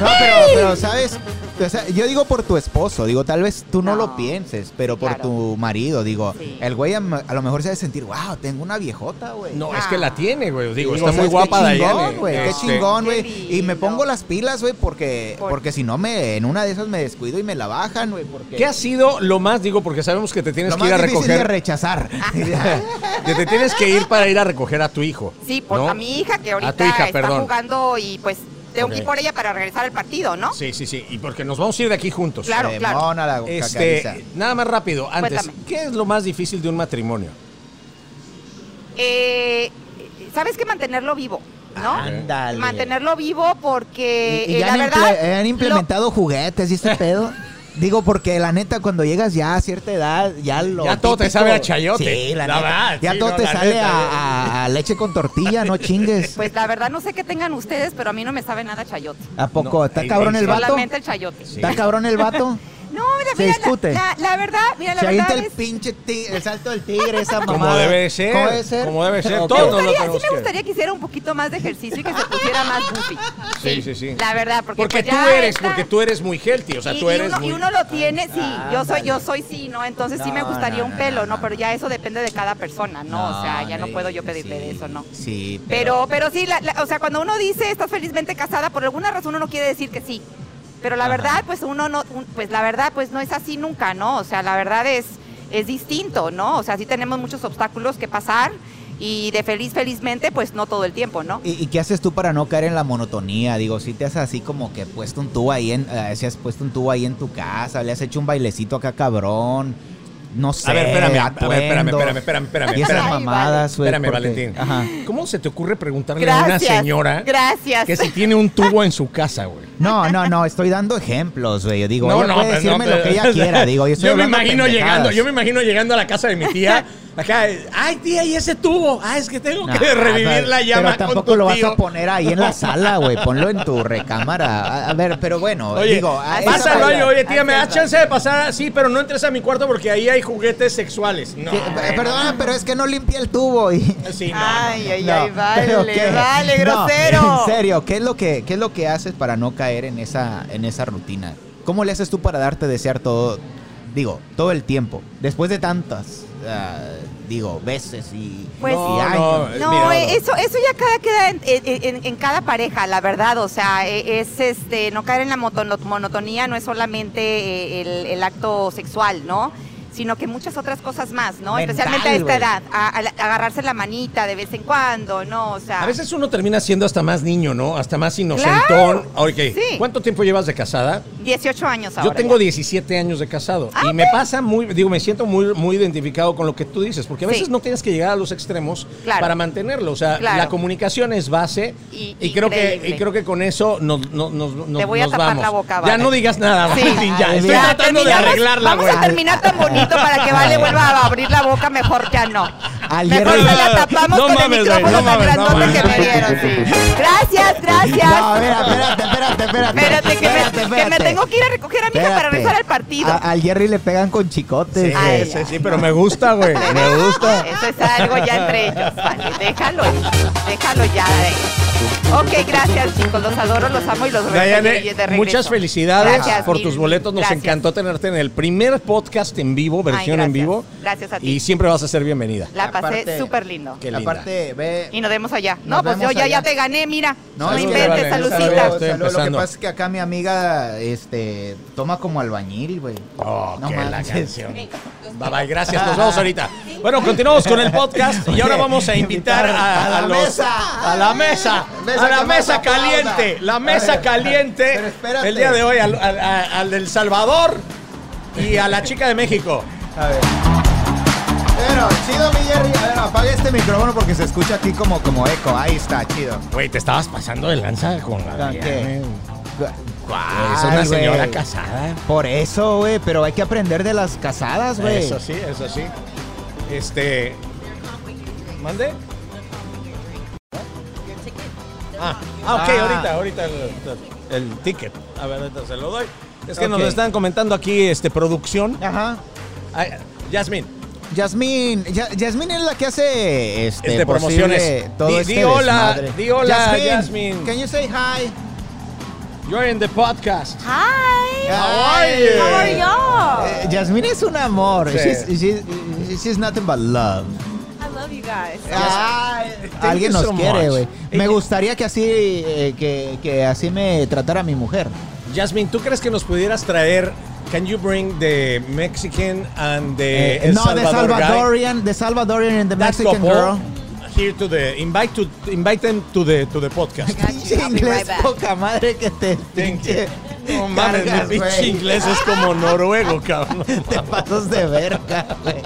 Speaker 2: No, pero, pero, ¿sabes? O sea, yo digo por tu esposo, digo, tal vez tú no,
Speaker 3: No.
Speaker 2: lo pienses, pero por
Speaker 3: Claro.
Speaker 2: tu marido, digo,
Speaker 3: Sí.
Speaker 2: el güey a, a lo mejor se ha de sentir, wow, tengo una viejota, güey.
Speaker 1: No,
Speaker 3: Ah.
Speaker 1: es que la tiene, güey. Digo,
Speaker 2: Digo,
Speaker 1: está
Speaker 2: ¿sabes
Speaker 1: muy
Speaker 2: qué
Speaker 1: guapa
Speaker 2: chingón,
Speaker 1: Dayane.
Speaker 2: güey, Qué
Speaker 1: Este,
Speaker 2: chingón,
Speaker 3: Qué
Speaker 2: güey. Y me
Speaker 3: lindo.
Speaker 2: pongo las pilas, güey, porque,
Speaker 3: Por-
Speaker 2: porque si no, me, en una de esas me descuido y me la bajan, güey. Porque
Speaker 1: ¿Qué ha sido lo más, digo, porque sabemos que te tienes
Speaker 2: lo
Speaker 1: que
Speaker 2: más
Speaker 1: ir a
Speaker 2: difícil de
Speaker 1: recoger,
Speaker 2: rechazar.
Speaker 3: Ah,
Speaker 1: que te tienes que ir para ir a recoger a tu hijo?
Speaker 3: Sí, por
Speaker 1: ¿no?
Speaker 3: a mi hija que ahorita
Speaker 1: a tu hija,
Speaker 3: está
Speaker 1: perdón.
Speaker 3: jugando y pues tengo que
Speaker 1: Ok.
Speaker 3: ir por ella para regresar al partido, ¿no?
Speaker 1: Sí, sí, sí, y porque nos vamos a ir de aquí juntos.
Speaker 3: Claro.
Speaker 2: Demona la cacariza.
Speaker 1: Este, nada más rápido, antes,
Speaker 3: Cuéntame.
Speaker 1: ¿qué es lo más difícil de un matrimonio?
Speaker 3: Eh, ¿Sabes que mantenerlo vivo? ¿No?
Speaker 2: Ándale.
Speaker 3: Mantenerlo vivo porque
Speaker 2: Y, y
Speaker 3: eh,
Speaker 2: ya
Speaker 3: la
Speaker 2: han,
Speaker 3: verdad.
Speaker 2: imple- han
Speaker 3: lo-
Speaker 2: implementado juguetes y este pedo. Digo, porque la neta, cuando llegas ya a cierta edad, ya lo.
Speaker 1: Ya todo te sabe a chayote.
Speaker 2: Sí, la,
Speaker 1: La
Speaker 2: neta.
Speaker 1: verdad,
Speaker 2: ya
Speaker 1: sí,
Speaker 2: todo
Speaker 1: no,
Speaker 2: te
Speaker 1: la
Speaker 2: sale
Speaker 1: neta, eh.
Speaker 2: a, a- a leche con tortilla, no chingues.
Speaker 3: Pues la verdad no sé qué tengan ustedes, pero a mí no me sabe nada chayote.
Speaker 2: ¿A poco?
Speaker 1: No,
Speaker 2: ¿Está
Speaker 1: ahí-
Speaker 2: cabrón
Speaker 1: ahí
Speaker 2: el
Speaker 1: sí.
Speaker 2: vato?
Speaker 3: Solamente el chayote.
Speaker 1: Sí.
Speaker 2: ¿Está cabrón el vato?
Speaker 3: No, mira,
Speaker 2: Se
Speaker 3: mira,
Speaker 2: discute.
Speaker 3: La, la- la verdad, mira, la
Speaker 2: Se avienta
Speaker 3: verdad
Speaker 2: el
Speaker 3: es.
Speaker 2: pinche ti- el salto del tigre, esa mamada.
Speaker 1: Como debe de ser,
Speaker 2: ¿Cómo debe ser?
Speaker 1: como debe ser,
Speaker 2: Ok.
Speaker 1: todo.
Speaker 3: Me
Speaker 1: Todos nos lo
Speaker 3: gustaría, sí
Speaker 1: tenemos
Speaker 3: me
Speaker 1: que-
Speaker 3: gustaría que hiciera un poquito más de ejercicio y que se pusiera más goofy.
Speaker 1: Sí, sí, sí.
Speaker 3: La verdad, porque,
Speaker 1: Porque
Speaker 3: pues,
Speaker 1: tú
Speaker 3: ya
Speaker 1: eres,
Speaker 3: está.
Speaker 1: porque tú eres muy healthy, o sea,
Speaker 3: y,
Speaker 1: tú
Speaker 3: y
Speaker 1: eres
Speaker 3: uno,
Speaker 1: muy...
Speaker 3: y uno lo tiene, sí, yo soy, yo
Speaker 2: ándale.
Speaker 3: soy sí, ¿no? Entonces sí me
Speaker 2: No,
Speaker 3: gustaría
Speaker 2: no,
Speaker 3: un
Speaker 2: no,
Speaker 3: pelo,
Speaker 2: no,
Speaker 3: no,
Speaker 2: no.
Speaker 3: Pero ya eso depende de cada persona, ¿no? o sea, ya no
Speaker 2: y-
Speaker 3: puedo yo pedirle
Speaker 2: sí,
Speaker 3: de eso, ¿no?
Speaker 2: Sí,
Speaker 3: Pero, pero sí, la- la- o sea, cuando uno dice estás felizmente casada, por alguna razón uno quiere decir que sí. Pero la
Speaker 2: Ajá.
Speaker 3: verdad, pues uno no, un- pues la verdad, pues no es así nunca, ¿no? O sea, la verdad es, es distinto, ¿no? O sea, sí tenemos muchos obstáculos que pasar y de feliz, felizmente, pues no todo el tiempo, ¿no?
Speaker 2: ¿Y, y qué haces tú para no caer en la monotonía? Digo, si te has así como que puesto un tubo ahí en, eh, si has puesto un tubo ahí en tu casa, le has hecho un bailecito acá cabrón, no sé.
Speaker 1: A ver, espérame, a ver, espérame,
Speaker 2: atuendos
Speaker 1: espérame, espérame, espérame,
Speaker 2: Y esas
Speaker 1: espérame.
Speaker 2: mamadas, güey,
Speaker 1: Espérame,
Speaker 2: porque-
Speaker 1: Valentín.
Speaker 2: Ajá.
Speaker 1: ¿Cómo se te ocurre preguntarle a una
Speaker 3: Gracias.
Speaker 1: señora
Speaker 3: Gracias.
Speaker 1: que si tiene un tubo en su casa, güey?
Speaker 2: No, no, no, estoy dando ejemplos, güey. Yo Digo, ella puede
Speaker 1: pero
Speaker 2: decirme
Speaker 1: pero-
Speaker 2: lo que ella quiera, digo. Yo, estoy
Speaker 1: me
Speaker 2: hablando
Speaker 1: imagino
Speaker 2: pendejadas.
Speaker 1: llegando, yo me imagino llegando a la casa de mi tía. Acá, ay tía, y ese tubo. Ah, es que tengo
Speaker 2: No,
Speaker 1: que revivir la llama
Speaker 2: Pero tampoco
Speaker 1: con tu
Speaker 2: lo vas
Speaker 1: tío.
Speaker 2: a poner ahí en la sala, güey. Ponlo en tu recámara. A, a ver, pero bueno,
Speaker 1: Oye,
Speaker 2: digo... a esa
Speaker 1: pasa al
Speaker 2: palabra-
Speaker 1: baño, oye tía, me
Speaker 3: Ahí
Speaker 1: das
Speaker 3: está.
Speaker 1: chance de pasar así, pero no entres a mi cuarto porque ahí hay juguetes sexuales. No,
Speaker 2: Sí,
Speaker 1: bueno.
Speaker 2: Perdona, pero es que no limpié el tubo y...
Speaker 1: Sí, no,
Speaker 3: ay, ay,
Speaker 2: No,
Speaker 3: ay,
Speaker 2: pero
Speaker 3: vale,
Speaker 2: ¿qué?
Speaker 3: vale,
Speaker 2: No,
Speaker 3: grosero.
Speaker 2: En serio, ¿qué es lo que qué es lo que haces para no caer en esa en esa rutina? ¿Cómo le haces tú para darte desear todo, digo, todo el tiempo, después de tantas, ah, digo, veces y,
Speaker 3: Pues-
Speaker 2: y
Speaker 1: No,
Speaker 2: años?
Speaker 1: no.
Speaker 3: No,
Speaker 1: Mira,
Speaker 3: eh,
Speaker 1: no.
Speaker 3: eso, eso ya cada queda en, en- en- en cada pareja, la verdad. O sea, eh, es este, no caer en la motono- monotonía no es solamente eh, el, el acto sexual, ¿no? Sino que muchas otras cosas más, ¿no?
Speaker 2: Mental,
Speaker 3: Especialmente a esta
Speaker 2: güey.
Speaker 3: edad, a- a la- agarrarse la manita de vez en cuando, ¿no? O sea,
Speaker 1: A veces uno termina siendo hasta más niño, ¿no? Hasta más inocentón.
Speaker 3: Claro,
Speaker 1: Ok,
Speaker 3: sí.
Speaker 1: ¿Cuánto tiempo llevas de casada?
Speaker 3: 18 años ahora.
Speaker 1: Yo tengo
Speaker 3: ya.
Speaker 1: 17 años de casado
Speaker 3: Ah,
Speaker 1: y me pasa muy, digo, me siento muy, muy identificado con lo que tú dices, porque a
Speaker 3: Sí.
Speaker 1: veces no tienes que llegar a los extremos
Speaker 3: Claro.
Speaker 1: para mantenerlo. O sea,
Speaker 3: Claro.
Speaker 1: la comunicación es base y,
Speaker 3: Y-
Speaker 1: creo que,
Speaker 3: increíble.
Speaker 1: y creo que con eso nos, nos, nos, nos-
Speaker 3: voy a
Speaker 1: nos
Speaker 3: tapar
Speaker 1: vamos.
Speaker 3: la boca,
Speaker 1: ya
Speaker 3: vale.
Speaker 1: no digas nada,
Speaker 3: Sí.
Speaker 1: Valentín, ya.
Speaker 2: Ay,
Speaker 1: Estoy
Speaker 2: mira,
Speaker 1: tratando de
Speaker 3: terminamos-
Speaker 1: arreglarla,
Speaker 3: Vamos
Speaker 1: güey.
Speaker 3: a terminar tan bonito para que Vale vuelva a abrir la boca, mejor ya no.
Speaker 2: Al
Speaker 3: mejor
Speaker 2: hierro-
Speaker 3: se la tapamos
Speaker 1: No
Speaker 3: con
Speaker 1: mames,
Speaker 3: el
Speaker 1: güey,
Speaker 3: micrófono
Speaker 1: no
Speaker 3: tan
Speaker 1: mames, no
Speaker 3: grandote
Speaker 1: mames.
Speaker 3: que me dieron. sí. Gracias, gracias.
Speaker 2: No, a ver, espérate, espérate, espérate.
Speaker 3: Espérate, que, me- que me,
Speaker 2: espérate.
Speaker 3: tengo que ir a recoger a mi hija para
Speaker 2: Espérate.
Speaker 3: regresar al partido.
Speaker 2: A- al Jerry le pegan con
Speaker 1: Sí,
Speaker 2: chicotes. eh.
Speaker 3: Ay,
Speaker 1: sí,
Speaker 3: ay,
Speaker 1: sí, pero me gusta, güey. Me gusta.
Speaker 3: Eso es algo ya entre ellos. Vale, déjalo, déjalo ya. eh. Ok, gracias chicos, los adoro, los amo y los
Speaker 1: Dayane,
Speaker 3: regreso.
Speaker 1: muchas felicidades
Speaker 3: Gracias,
Speaker 1: por
Speaker 3: mil,
Speaker 1: tus
Speaker 3: mil
Speaker 1: boletos. Nos
Speaker 3: gracias.
Speaker 1: encantó tenerte en el primer podcast en vivo, versión en
Speaker 3: gracias.
Speaker 1: vivo.
Speaker 3: Gracias a ti.
Speaker 1: Y siempre vas a ser bienvenida.
Speaker 3: La
Speaker 2: Aparte-
Speaker 3: pasé súper lindo.
Speaker 1: Qué linda.
Speaker 2: Aparte, ve...
Speaker 3: Y nos vemos allá.
Speaker 2: Nos
Speaker 3: no, pues yo
Speaker 2: vemos
Speaker 3: ya,
Speaker 2: allá.
Speaker 3: ya te gané, mira. No,
Speaker 1: Saludos,
Speaker 3: inventes,
Speaker 1: Valen,
Speaker 3: salucita.
Speaker 1: saludos. Estoy
Speaker 2: Saludos. Lo que
Speaker 1: empezando.
Speaker 2: pasa es que acá mi amiga este, toma como albañil, güey.
Speaker 1: Oh,
Speaker 2: No
Speaker 1: qué la
Speaker 2: manches.
Speaker 1: canción. Bye bye, gracias. Nos vemos ahorita. Bueno, continuamos con el podcast y ahora vamos a invitar a,
Speaker 2: A la
Speaker 1: a los-
Speaker 2: mesa.
Speaker 1: A la mesa.
Speaker 2: Mesa
Speaker 1: a la
Speaker 2: que más
Speaker 1: mesa
Speaker 2: aplauda.
Speaker 1: caliente. La mesa
Speaker 2: Pero
Speaker 1: caliente.
Speaker 2: espérate.
Speaker 1: El día de hoy al, al- a- al del Salvador y a la chica de México.
Speaker 2: A ver. Pero, chido, mi Jerry. A ver, apaga este micrófono porque se escucha aquí como, como eco. Ahí está, chido.
Speaker 1: Güey, te estabas pasando de lanza con la
Speaker 2: ¿Con qué?
Speaker 1: Diane. eh.
Speaker 2: ¿Cuál,
Speaker 1: Es una
Speaker 2: güey?
Speaker 1: señora casada.
Speaker 2: Por eso, güey. Pero hay que aprender de las casadas, güey.
Speaker 1: Eso sí, eso sí. Este. ¿Mande? Ah, ah, ok,
Speaker 2: Ah.
Speaker 1: ahorita, ahorita el, el ticket. A ver, ahorita se lo doy. Es que nos
Speaker 2: Ok.
Speaker 1: lo están comentando aquí, este, producción.
Speaker 2: Ajá.
Speaker 1: Ay, Yasmin,
Speaker 2: Yasmín, Ya- Yasmín es la que hace este,
Speaker 1: Este,
Speaker 2: posible
Speaker 1: promociones.
Speaker 2: todo
Speaker 1: Di-
Speaker 2: este
Speaker 1: di hola,
Speaker 2: desmadre.
Speaker 1: di hola, Yasmín.
Speaker 2: Can you say hi?
Speaker 1: You're in the podcast.
Speaker 2: Ah.
Speaker 3: Hi.
Speaker 2: Ay.
Speaker 3: How are you?
Speaker 2: Eh, Yasmín es un amor.
Speaker 1: Sí.
Speaker 2: She's, she's- she's nothing but love.
Speaker 5: I love you guys.
Speaker 2: Ay,
Speaker 1: Thank
Speaker 2: alguien
Speaker 1: you
Speaker 2: nos
Speaker 1: so
Speaker 2: quiere,
Speaker 1: much.
Speaker 2: güey. Me gustaría que así, eh, que, que así me tratara mi mujer.
Speaker 1: Jasmine, ¿tú crees que nos pudieras traer Can you bring the Mexican and the
Speaker 2: Eh,
Speaker 1: El
Speaker 2: no, de
Speaker 1: Salvador guy?
Speaker 2: Salvadorian, de Salvadorian and the
Speaker 1: That
Speaker 2: Mexican
Speaker 1: couple
Speaker 2: girl.
Speaker 1: Here to the invite to invite them to the to the podcast.
Speaker 3: Got you.
Speaker 2: Pinche
Speaker 3: I'll be
Speaker 2: inglés,
Speaker 3: right back.
Speaker 2: poca madre que te.
Speaker 1: Thank you.
Speaker 2: pinche-
Speaker 1: No mames, mi
Speaker 2: cargas,
Speaker 1: pinche
Speaker 2: güey.
Speaker 1: inglés es como noruego, cabrón.
Speaker 2: Te pasas de verga, güey.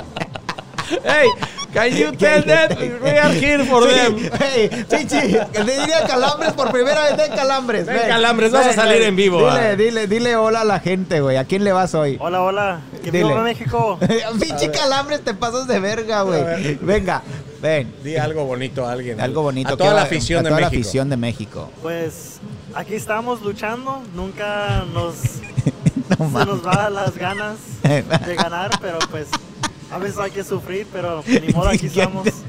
Speaker 1: Hey, can you tell them we are here for
Speaker 2: Sí,
Speaker 1: them?
Speaker 2: güey, pinche, que te diría calambres por primera vez, den calambres.
Speaker 1: Den
Speaker 2: güey.
Speaker 1: calambres, vas a
Speaker 2: Güey,
Speaker 1: salir
Speaker 2: güey,
Speaker 1: en vivo,
Speaker 2: Dile,
Speaker 1: ah.
Speaker 2: dile, dile hola a la gente, güey. ¿A quién le vas hoy?
Speaker 6: Hola, hola. ¿Qué
Speaker 2: Dile.
Speaker 6: viva México?
Speaker 2: Pinche calambres, te pasas de verga, güey.
Speaker 1: ver.
Speaker 2: Venga, ven.
Speaker 1: Di algo bonito a alguien.
Speaker 2: Algo bonito.
Speaker 1: A toda
Speaker 2: que
Speaker 1: la
Speaker 2: va-
Speaker 1: afición
Speaker 2: a
Speaker 1: de
Speaker 2: toda la
Speaker 1: México.
Speaker 2: afición de México.
Speaker 6: Pues aquí estamos luchando. Nunca nos
Speaker 2: No
Speaker 6: se
Speaker 2: mames.
Speaker 6: nos va las ganas de ganar, pero pues a veces hay que sufrir, pero ni modo aquí estamos.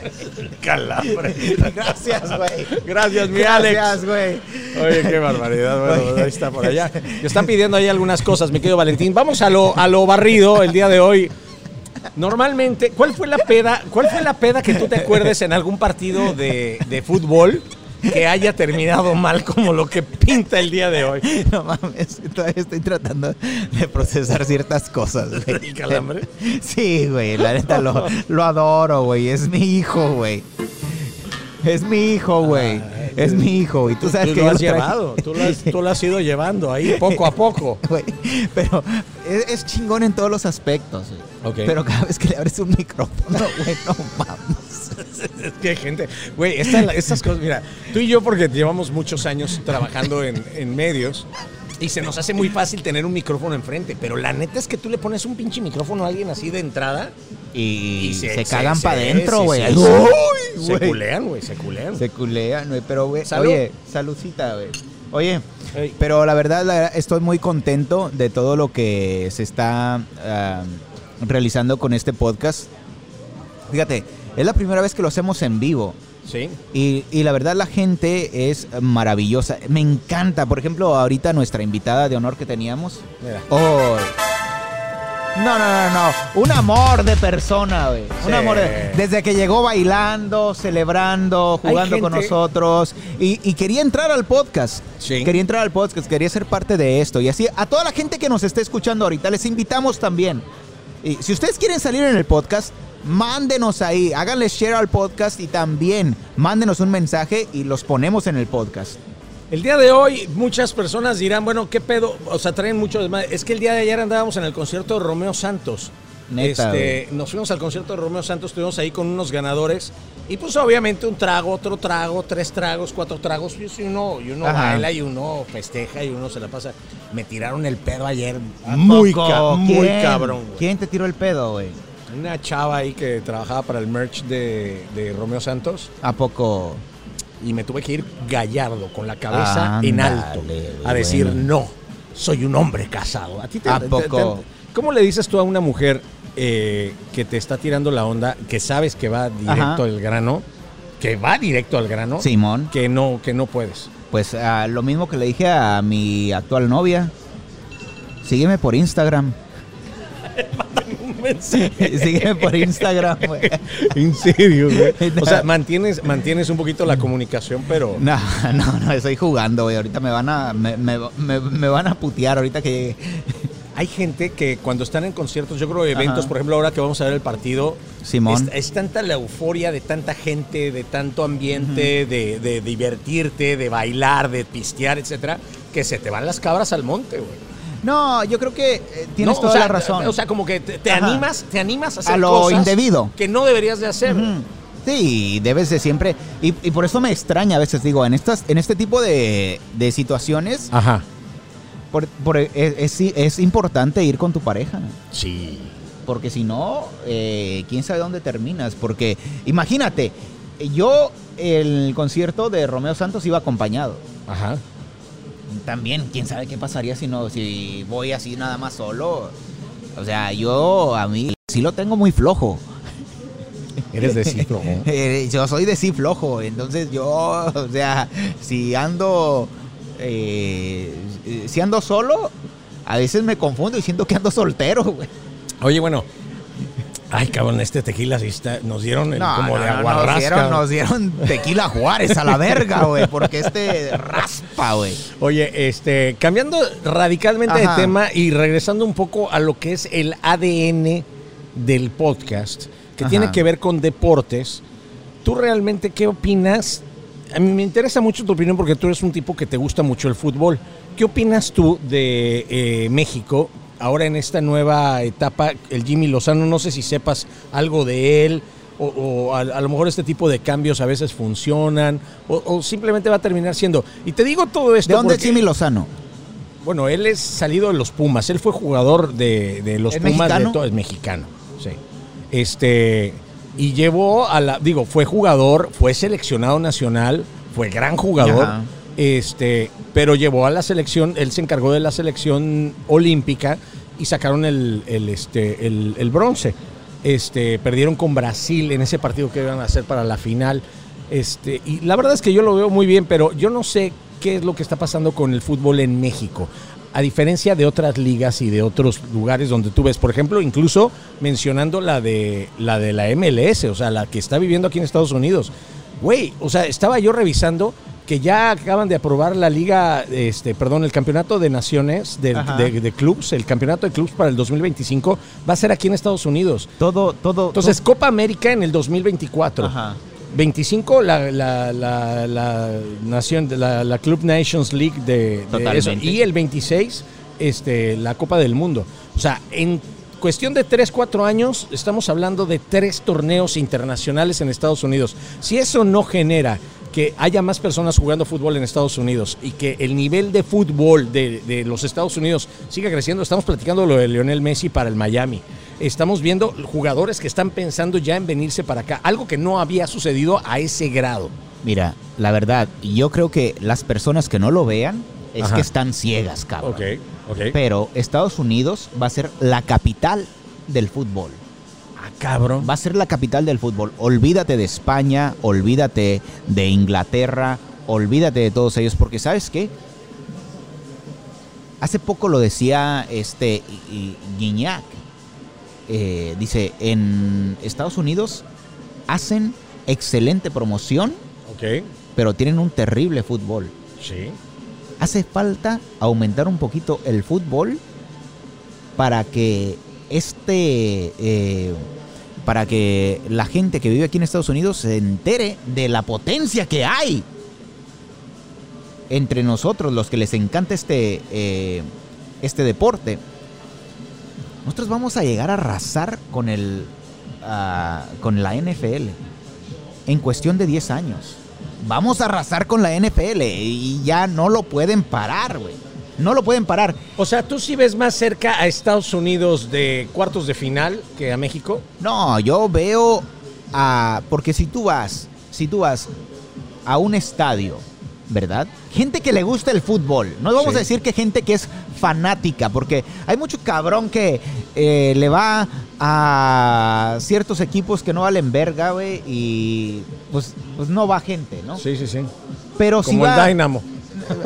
Speaker 1: Calambre.
Speaker 2: Gracias, güey.
Speaker 1: Gracias, mi
Speaker 2: Gracias,
Speaker 1: Alex.
Speaker 2: güey.
Speaker 1: Oye, qué barbaridad. Bueno, pues ahí está por allá. Me están pidiendo ahí algunas cosas, mi querido Valentín. Vamos a lo, a lo barrido el día de hoy. Normalmente, ¿cuál fue la peda? ¿Cuál fue la peda que tú te acuerdes en algún partido de, de fútbol que haya terminado mal como lo que pinta el día de hoy?
Speaker 2: No mames, todavía estoy tratando de procesar ciertas cosas, güey.
Speaker 1: ¿El calambre?
Speaker 2: Sí, güey, la neta lo, lo adoro, güey. Es mi hijo, güey. Es mi hijo, güey. Es mi hijo, y tú
Speaker 1: Ah,
Speaker 2: sabes
Speaker 1: Tú
Speaker 2: que
Speaker 1: lo
Speaker 2: yo
Speaker 1: has
Speaker 2: traje-
Speaker 1: llevado, tú lo has, tú lo has ido llevando ahí poco a poco.
Speaker 2: Güey, pero es, es chingón en todos los aspectos, güey.
Speaker 1: Ok.
Speaker 2: Pero cada vez que le abres un micrófono, güey, no mames.
Speaker 1: Es que hay gente, güey, esta- estas cosas, mira, tú y yo porque llevamos muchos años trabajando en, en medios y se nos hace muy fácil tener un micrófono enfrente, pero la neta es que tú le pones un pinche micrófono a alguien así de entrada
Speaker 2: Y,
Speaker 1: y
Speaker 2: se, cagan para
Speaker 1: se-
Speaker 2: adentro,
Speaker 1: sí,
Speaker 2: güey.
Speaker 1: sí,
Speaker 2: Ay,
Speaker 1: sí.
Speaker 2: uy,
Speaker 1: Se
Speaker 2: güey.
Speaker 1: culean, güey, se culean.
Speaker 2: Se culean, güey. Pero, güey,
Speaker 1: Salud.
Speaker 2: oye, saludcita, güey. Oye,
Speaker 1: Ey.
Speaker 2: pero la verdad, la verdad, estoy muy contento de todo lo que se está ah, realizando con este podcast. Fíjate, es la primera vez que lo hacemos en vivo.
Speaker 1: Sí.
Speaker 2: Y, y la verdad la gente es maravillosa. Me encanta. Por ejemplo, ahorita nuestra invitada de honor que teníamos.
Speaker 1: Mira.
Speaker 2: Oh. No, no, no, no. Un amor de persona, güey. Un
Speaker 1: Sí.
Speaker 2: amor de- Desde que llegó bailando, celebrando,
Speaker 1: Hay
Speaker 2: jugando con
Speaker 1: gente-
Speaker 2: nosotros. Y, y quería entrar al podcast.
Speaker 1: Sí.
Speaker 2: Quería entrar al podcast, quería ser parte de esto. Y así, a toda la gente que nos está escuchando ahorita, les invitamos también. Y si ustedes quieren salir en el podcast, mándenos ahí, háganle share al podcast y también mándenos un mensaje y los ponemos en el podcast.
Speaker 1: El día de hoy muchas personas dirán, bueno, ¿qué pedo? O sea, traen mucho desmadre. Es que el día de ayer andábamos en el concierto de Romeo Santos.
Speaker 2: Neta,
Speaker 1: Este, nos fuimos al concierto de Romeo Santos, estuvimos ahí con unos ganadores. Y pues obviamente un trago, otro trago, tres tragos, cuatro tragos. pues, Y si uno, y uno
Speaker 2: Ajá.
Speaker 1: baila, y uno festeja, y uno se la pasa. Me tiraron el pedo ayer.
Speaker 2: ¿A
Speaker 1: Muy,
Speaker 2: poco?
Speaker 1: ca- muy
Speaker 2: ¿Quién?
Speaker 1: cabrón, güey.
Speaker 2: ¿Quién te tiró el pedo, güey?
Speaker 1: Una chava ahí que trabajaba para el merch de, de Romeo Santos.
Speaker 2: ¿A poco?
Speaker 1: y me tuve que ir gallardo, con la cabeza
Speaker 2: Ándale,
Speaker 1: en alto, a decir,
Speaker 2: bueno.
Speaker 1: no, soy un hombre casado. ¿A, ti te-
Speaker 2: ¿A
Speaker 1: te-
Speaker 2: poco?
Speaker 1: te- ¿Cómo le dices tú a una mujer eh, que te está tirando la onda, que sabes que va directo
Speaker 2: Ajá.
Speaker 1: al grano, que va directo al grano,
Speaker 2: Simón.
Speaker 1: que no, que no puedes?
Speaker 2: Pues ah, lo mismo que le dije a mi actual novia. Sígueme por Instagram. Sígueme por Instagram, güey.
Speaker 1: en serio, güey. O sea,
Speaker 2: No.
Speaker 1: mantienes, mantienes un poquito la comunicación, pero...
Speaker 2: No, no, no, estoy jugando, güey. Ahorita me van a, me, me- me- me van a putear ahorita que llegue.
Speaker 1: Hay gente que cuando están en conciertos, yo creo eventos,
Speaker 2: Ajá.
Speaker 1: por ejemplo, ahora que vamos a ver el partido,
Speaker 2: Simón.
Speaker 1: Es, es tanta la euforia de tanta gente, de tanto ambiente, de, de divertirte, de bailar, de pistear, etcétera, que se te van las cabras al monte, güey.
Speaker 2: No, yo creo que eh, tienes
Speaker 1: No, o
Speaker 2: toda
Speaker 1: sea,
Speaker 2: la razón.
Speaker 1: O sea, como que te, te
Speaker 2: Ajá.
Speaker 1: animas, te animas a hacer
Speaker 2: A lo
Speaker 1: cosas
Speaker 2: indebido.
Speaker 1: que no deberías de hacer.
Speaker 2: Ujú. Sí, debes de siempre. Y, y por eso me extraña a veces, digo, en estas, en este tipo de, de situaciones,
Speaker 1: Ajá.
Speaker 2: por- por- es, es- es importante ir con tu pareja.
Speaker 1: Sí.
Speaker 2: Porque si no, eh, quién sabe dónde terminas. Porque imagínate, yo el concierto de Romeo Santos iba acompañado.
Speaker 1: Ajá.
Speaker 2: También, quién sabe qué pasaría si no, si voy así nada más solo. O sea, yo a mí sí lo tengo muy flojo.
Speaker 1: Eres de ciclo.
Speaker 2: Eh, yo soy de sí flojo, entonces yo, o sea, si ando eh, eh, si ando solo, a veces me confundo y siento que ando soltero, güey.
Speaker 1: Oye, bueno. Ay, cabrón, este tequila sí está- nos dieron el- como de
Speaker 2: nos,
Speaker 1: aguarrasca.
Speaker 2: dieron, nos dieron tequila Juárez a la verga, güey, porque este raspa, güey.
Speaker 1: Oye, este, cambiando radicalmente
Speaker 2: Ajá.
Speaker 1: de tema y regresando un poco a lo que es el ADN del podcast, que
Speaker 2: Ajá.
Speaker 1: tiene que ver con deportes, ¿tú realmente qué opinas? A mí me interesa mucho tu opinión porque tú eres un tipo que te gusta mucho el fútbol. ¿Qué opinas tú de eh, México ahora en esta nueva etapa? El Jimmy Lozano, no sé si sepas algo de él. O, o a, a lo mejor este tipo de cambios a veces funcionan, o, o simplemente va a terminar siendo. Y te digo todo esto.
Speaker 2: ¿De dónde es
Speaker 1: porque-
Speaker 2: Jimmy Lozano?
Speaker 1: bueno, él es salido de los Pumas. Él fue jugador de, de los
Speaker 2: ¿Es
Speaker 1: Pumas
Speaker 2: mexicano?
Speaker 1: de todo. Es mexicano, sí. Este. Y llevó a la. Digo, fue jugador, fue seleccionado nacional, fue gran jugador.
Speaker 2: Ajá.
Speaker 1: Este. Pero llevó a la selección. Él se encargó de la selección olímpica y sacaron el, el, este, el, el bronce. Este, perdieron con Brasil en ese partido que iban a hacer para la final. Este, y la verdad es que yo lo veo muy bien, pero yo no sé qué es lo que está pasando con el fútbol en México. A diferencia de otras ligas y de otros lugares donde tú ves, por ejemplo, incluso mencionando la de la de la MLS, o sea, la que está viviendo aquí en Estados Unidos. Güey, o sea, estaba yo revisando que ya acaban de aprobar la liga, este, perdón, el campeonato de naciones del-
Speaker 2: Ajá.
Speaker 1: de, de clubs, el campeonato de clubs para el 2025 va a ser aquí en Estados Unidos.
Speaker 2: Todo, todo.
Speaker 1: Entonces, Copa América en el 2024.
Speaker 2: Ajá.
Speaker 1: 25 la, la, la, la nación la, la Club Nations League de, de Eh, eso.
Speaker 2: Totalmente.
Speaker 1: y el 26 este la Copa del Mundo. O sea, en cuestión de 3 4 años estamos hablando de tres torneos internacionales en Estados Unidos. Si eso no genera que haya más personas jugando fútbol en Estados Unidos y que el nivel de fútbol de, de los Estados Unidos siga creciendo. Estamos platicando lo de Lionel Messi para el Miami. Estamos viendo jugadores que están pensando ya en venirse para acá, algo que no había sucedido a ese grado.
Speaker 2: Mira, la verdad, yo creo que las personas que no lo vean es
Speaker 1: Ajá.
Speaker 2: que están ciegas, cabrón.
Speaker 1: ok.
Speaker 2: Pero Estados Unidos va a ser la capital del fútbol.
Speaker 1: Ah, cabrón.
Speaker 2: Va a ser la capital del fútbol. Olvídate de España, olvídate de Inglaterra, olvídate de todos ellos, porque ¿sabes qué? Hace poco lo decía este y- y- Guiñac. Eh, dice, en Estados Unidos hacen excelente promoción,
Speaker 1: Ok.
Speaker 2: pero tienen un terrible fútbol.
Speaker 1: Sí.
Speaker 2: Hace falta aumentar un poquito el fútbol para que este. eh, para que la gente que vive aquí en Estados Unidos se entere de la potencia que hay entre nosotros, los que les encanta este, eh, este deporte. Nosotros vamos a llegar a arrasar con, el, ah, con la NFL en cuestión de 10 años. Vamos a arrasar con la NFL y ya no lo pueden parar, güey. No lo pueden parar.
Speaker 1: O sea, ¿tú sí ves más cerca a Estados Unidos de cuartos de final que a México?
Speaker 2: No, yo veo a. Porque si tú vas, si tú vas a un estadio, ¿verdad? Gente que le gusta el fútbol. No vamos
Speaker 1: Sí.
Speaker 2: a decir que gente que es fanática, porque hay mucho cabrón que eh, le va a ciertos equipos que no valen verga, güey, y pues, pues no va gente, ¿no?
Speaker 1: Sí, sí, sí.
Speaker 2: Pero si
Speaker 1: Como
Speaker 2: va,
Speaker 1: el Dynamo.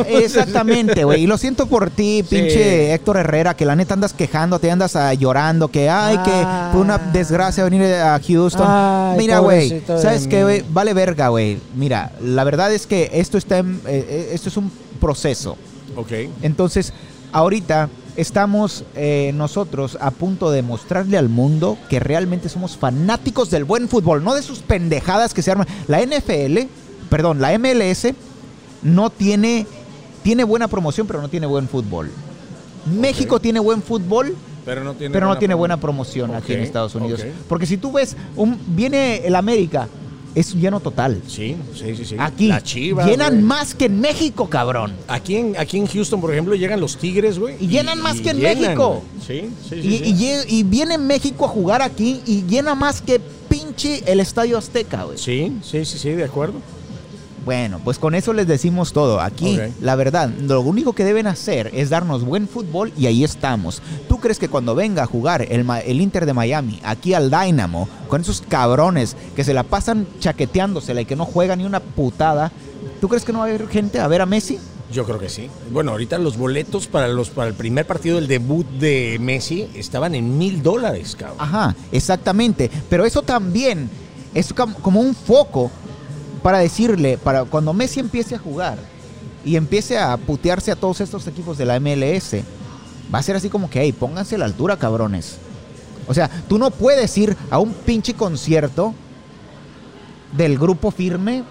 Speaker 2: Exactamente, güey. Y lo siento por ti,
Speaker 1: Sí.
Speaker 2: pinche Héctor Herrera, que la neta andas quejando, te andas ah, llorando, que ay, que fue una desgracia venir a Houston.
Speaker 1: Ah. Ay,
Speaker 2: Mira, güey,
Speaker 1: pobrecito de
Speaker 2: ¿sabes qué,
Speaker 1: mí.
Speaker 2: güey? Vale verga, güey. Mira, la verdad es que esto está en- eh, eh, esto es un proceso.
Speaker 1: Ok.
Speaker 2: Entonces, ahorita estamos eh, nosotros a punto de mostrarle al mundo que realmente somos fanáticos del buen fútbol, no de sus pendejadas que se arman. La NFL, perdón, la MLS no tiene, tiene buena promoción, pero no tiene buen fútbol. México tiene buen fútbol,
Speaker 1: Pero no tiene,
Speaker 2: pero no tiene buena promoción aquí en
Speaker 1: Ok,
Speaker 2: Estados Unidos.
Speaker 1: ok.
Speaker 2: Porque si tú ves, un, viene el América, es lleno total.
Speaker 1: Sí, sí, sí, sí.
Speaker 2: Aquí
Speaker 1: La Chivas,
Speaker 2: llenan
Speaker 1: güey.
Speaker 2: más que en México, cabrón.
Speaker 1: Aquí en, aquí en Houston, por ejemplo, llegan los Tigres, güey.
Speaker 2: Y llenan más que en México.
Speaker 1: güey. Sí, sí, sí.
Speaker 2: Y,
Speaker 1: sí.
Speaker 2: y lle- y viene México a jugar aquí y llena más que pinche el Estadio Azteca, güey.
Speaker 1: Sí, sí, sí, sí, de acuerdo.
Speaker 2: Bueno, pues con eso les decimos todo. Aquí,
Speaker 1: Ok.
Speaker 2: la verdad, lo único que deben hacer es darnos buen fútbol y ahí estamos. ¿Tú crees que cuando venga a jugar el, Ma- el Inter de Miami aquí al Dynamo, con esos cabrones que se la pasan chaqueteándosela y que no juegan ni una putada, ¿tú crees que no va a haber gente a ver a Messi?
Speaker 1: Yo creo que sí. Bueno, ahorita los boletos para los para el primer partido del debut de Messi estaban en mil dólares, cabrón.
Speaker 2: Ajá, exactamente. Pero eso también es cam- como un foco para decirle, para cuando Messi empiece a jugar y empiece a putearse a todos estos equipos de la MLS, va a ser así como que, hey, pónganse a la altura, cabrones. O sea, tú no puedes ir a un pinche concierto del grupo firme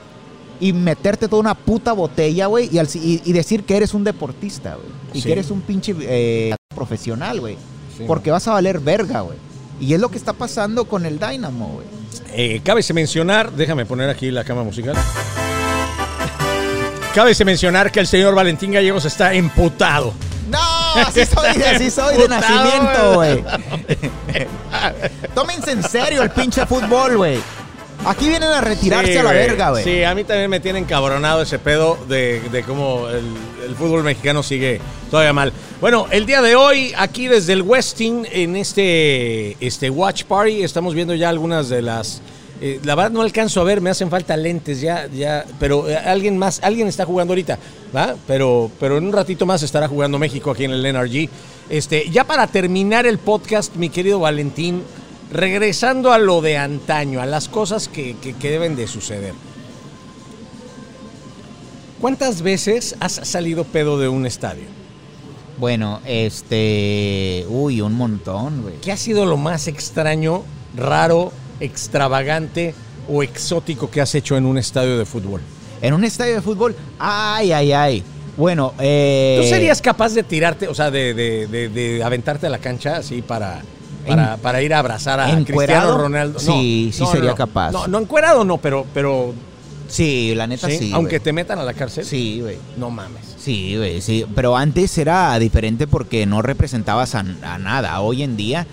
Speaker 2: y meterte toda una puta botella, güey, y, al- y- y decir que eres un deportista, güey. Y
Speaker 1: Sí.
Speaker 2: que eres un pinche eh, profesional, güey.
Speaker 1: Sí,
Speaker 2: Porque vas a valer verga, güey. Y es lo que está pasando con el Dynamo, güey.
Speaker 1: Eh, cabe se mencionar, déjame poner aquí la cama musical. Cabe se mencionar que el señor Valentín Gallegos está emputado.
Speaker 2: No, así soy, de- así soy de
Speaker 1: Putado,
Speaker 2: nacimiento, güey. Tómense en serio el pinche fútbol, güey. Aquí vienen a retirarse
Speaker 1: Sí,
Speaker 2: a la
Speaker 1: güey.
Speaker 2: verga, güey.
Speaker 1: Sí, a mí también me tiene encabronado ese pedo de, de cómo el, el fútbol mexicano sigue todavía mal. Bueno, el día de hoy, aquí desde el Westin, en este, este Watch Party, estamos viendo ya algunas de las. eh, la verdad no alcanzo a ver, me hacen falta lentes ya, ya, pero eh, alguien más, alguien está jugando ahorita, ¿va? Pero, pero en un ratito más estará jugando México aquí en el NRG. Este, ya para terminar el podcast, mi querido Valentín, Regresando a lo de antaño, a las cosas que, que- que deben de suceder. ¿Cuántas veces has salido pedo de un estadio?
Speaker 2: Bueno, este. Uy, un montón, güey.
Speaker 1: ¿Qué ha sido lo más extraño, raro, extravagante o exótico que has hecho en un estadio de fútbol?
Speaker 2: En un estadio de fútbol. Ay, ay, ay. Bueno, eh.
Speaker 1: ¿Tú serías capaz de tirarte, o sea, de, de- de- de aventarte a la cancha así para, para,
Speaker 2: En-
Speaker 1: para ir a abrazar a Cristiano
Speaker 2: ¿Encuerado?
Speaker 1: Ronaldo?
Speaker 2: Sí, sí sería capaz.
Speaker 1: No, no encuerado no, pero, pero
Speaker 2: Sí, la neta
Speaker 1: ¿sí?
Speaker 2: sí.
Speaker 1: aunque
Speaker 2: güey.
Speaker 1: te metan a la cárcel.
Speaker 2: Sí, güey.
Speaker 1: No mames.
Speaker 2: Sí, güey, sí. Pero antes era diferente porque no representabas a, a nada. Hoy en día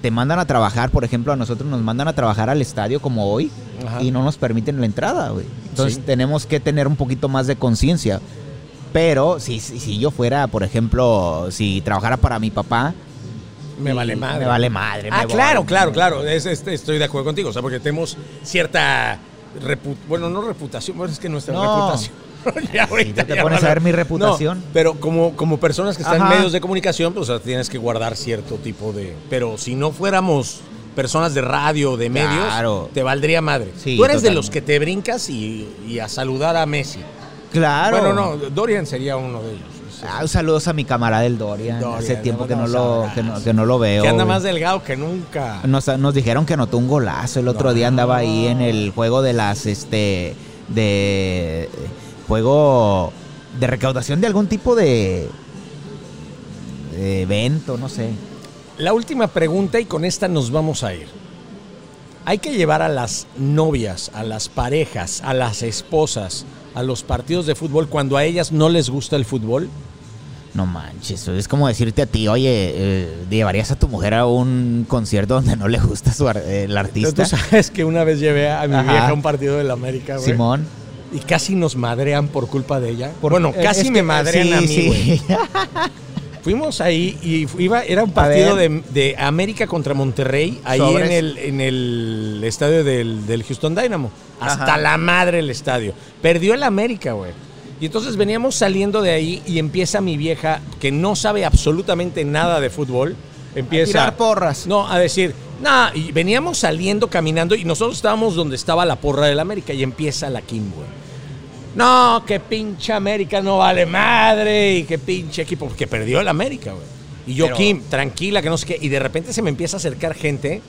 Speaker 2: te mandan a trabajar, por ejemplo, a nosotros nos mandan a trabajar al estadio como hoy
Speaker 1: Ajá.
Speaker 2: y no nos permiten la entrada, güey. Entonces
Speaker 1: Sí.
Speaker 2: tenemos que tener un poquito más de conciencia. Pero si, si, si yo fuera, por ejemplo, si trabajara para mi papá,
Speaker 1: Me
Speaker 2: y-
Speaker 1: vale madre.
Speaker 2: Me vale madre.
Speaker 1: Ah,
Speaker 2: me voy.
Speaker 1: claro, claro, claro. Es- es- estoy de acuerdo contigo. O sea, porque tenemos cierta. repu- bueno, no reputación, bueno, es que nuestra
Speaker 2: No.
Speaker 1: reputación. ya ahorita
Speaker 2: Si te
Speaker 1: ya
Speaker 2: pones
Speaker 1: van
Speaker 2: a ver mi reputación.
Speaker 1: No, pero como, como personas que están en
Speaker 2: Ajá.
Speaker 1: medios de comunicación, pues o sea, tienes que guardar cierto tipo de. Pero si no fuéramos personas de radio, de medios,
Speaker 2: Claro.
Speaker 1: te valdría madre.
Speaker 2: Sí,
Speaker 1: Tú eres de
Speaker 2: totalmente.
Speaker 1: los que te brincas y, y a saludar a Messi.
Speaker 2: Claro.
Speaker 1: Bueno, no, Dorian sería uno de ellos. Sí.
Speaker 2: Ah, saludos a mi camarada del Dorian.
Speaker 1: Dorian,
Speaker 2: Hace tiempo que no,
Speaker 1: vámonos
Speaker 2: lo,
Speaker 1: ahora.
Speaker 2: que, no, que no lo veo.
Speaker 1: que anda
Speaker 2: güey.
Speaker 1: más delgado que nunca.
Speaker 2: Nos, nos dijeron que anotó un golazo. El otro
Speaker 1: No.
Speaker 2: día andaba ahí en el juego de las, este, de juego de recaudación de algún tipo de, de evento, no sé.
Speaker 1: La última pregunta y con esta nos vamos a ir. Hay que llevar a las novias, a las parejas, a las esposas, a los partidos de fútbol cuando a ellas no les gusta el fútbol.
Speaker 2: No manches, es como decirte a ti, oye, eh, ¿llevarías a tu mujer a un concierto donde no le gusta su ar- el artista?
Speaker 1: Tú sabes que una vez llevé a mi
Speaker 2: Ajá.
Speaker 1: vieja a un partido del América, güey.
Speaker 2: Simón.
Speaker 1: Y casi nos madrean por culpa de ella.
Speaker 2: Por-
Speaker 1: bueno,
Speaker 2: eh,
Speaker 1: casi
Speaker 2: es
Speaker 1: me
Speaker 2: que-
Speaker 1: madrean
Speaker 2: sí,
Speaker 1: a mí,
Speaker 2: sí.
Speaker 1: güey. Fuimos ahí y fu- iba, era un
Speaker 2: A
Speaker 1: partido de,
Speaker 2: ver.
Speaker 1: de América contra Monterrey, ahí
Speaker 2: Sobres.
Speaker 1: en el, en el estadio del, del Houston Dynamo. Hasta
Speaker 2: Ajá.
Speaker 1: la madre el estadio. Perdió el América, güey. Y entonces veníamos saliendo de ahí y empieza mi vieja, que no sabe absolutamente nada de fútbol, empieza...
Speaker 2: tirar porras.
Speaker 1: No, a decir, nada, y veníamos saliendo, caminando, y nosotros estábamos donde estaba la porra del América, y empieza la Kim, güey. No, que pinche América no vale madre y que pinche equipo, porque perdió el América, güey. Y yo,
Speaker 2: Pero-
Speaker 1: Kim, tranquila, que no sé qué. Y de repente se me empieza a acercar gente.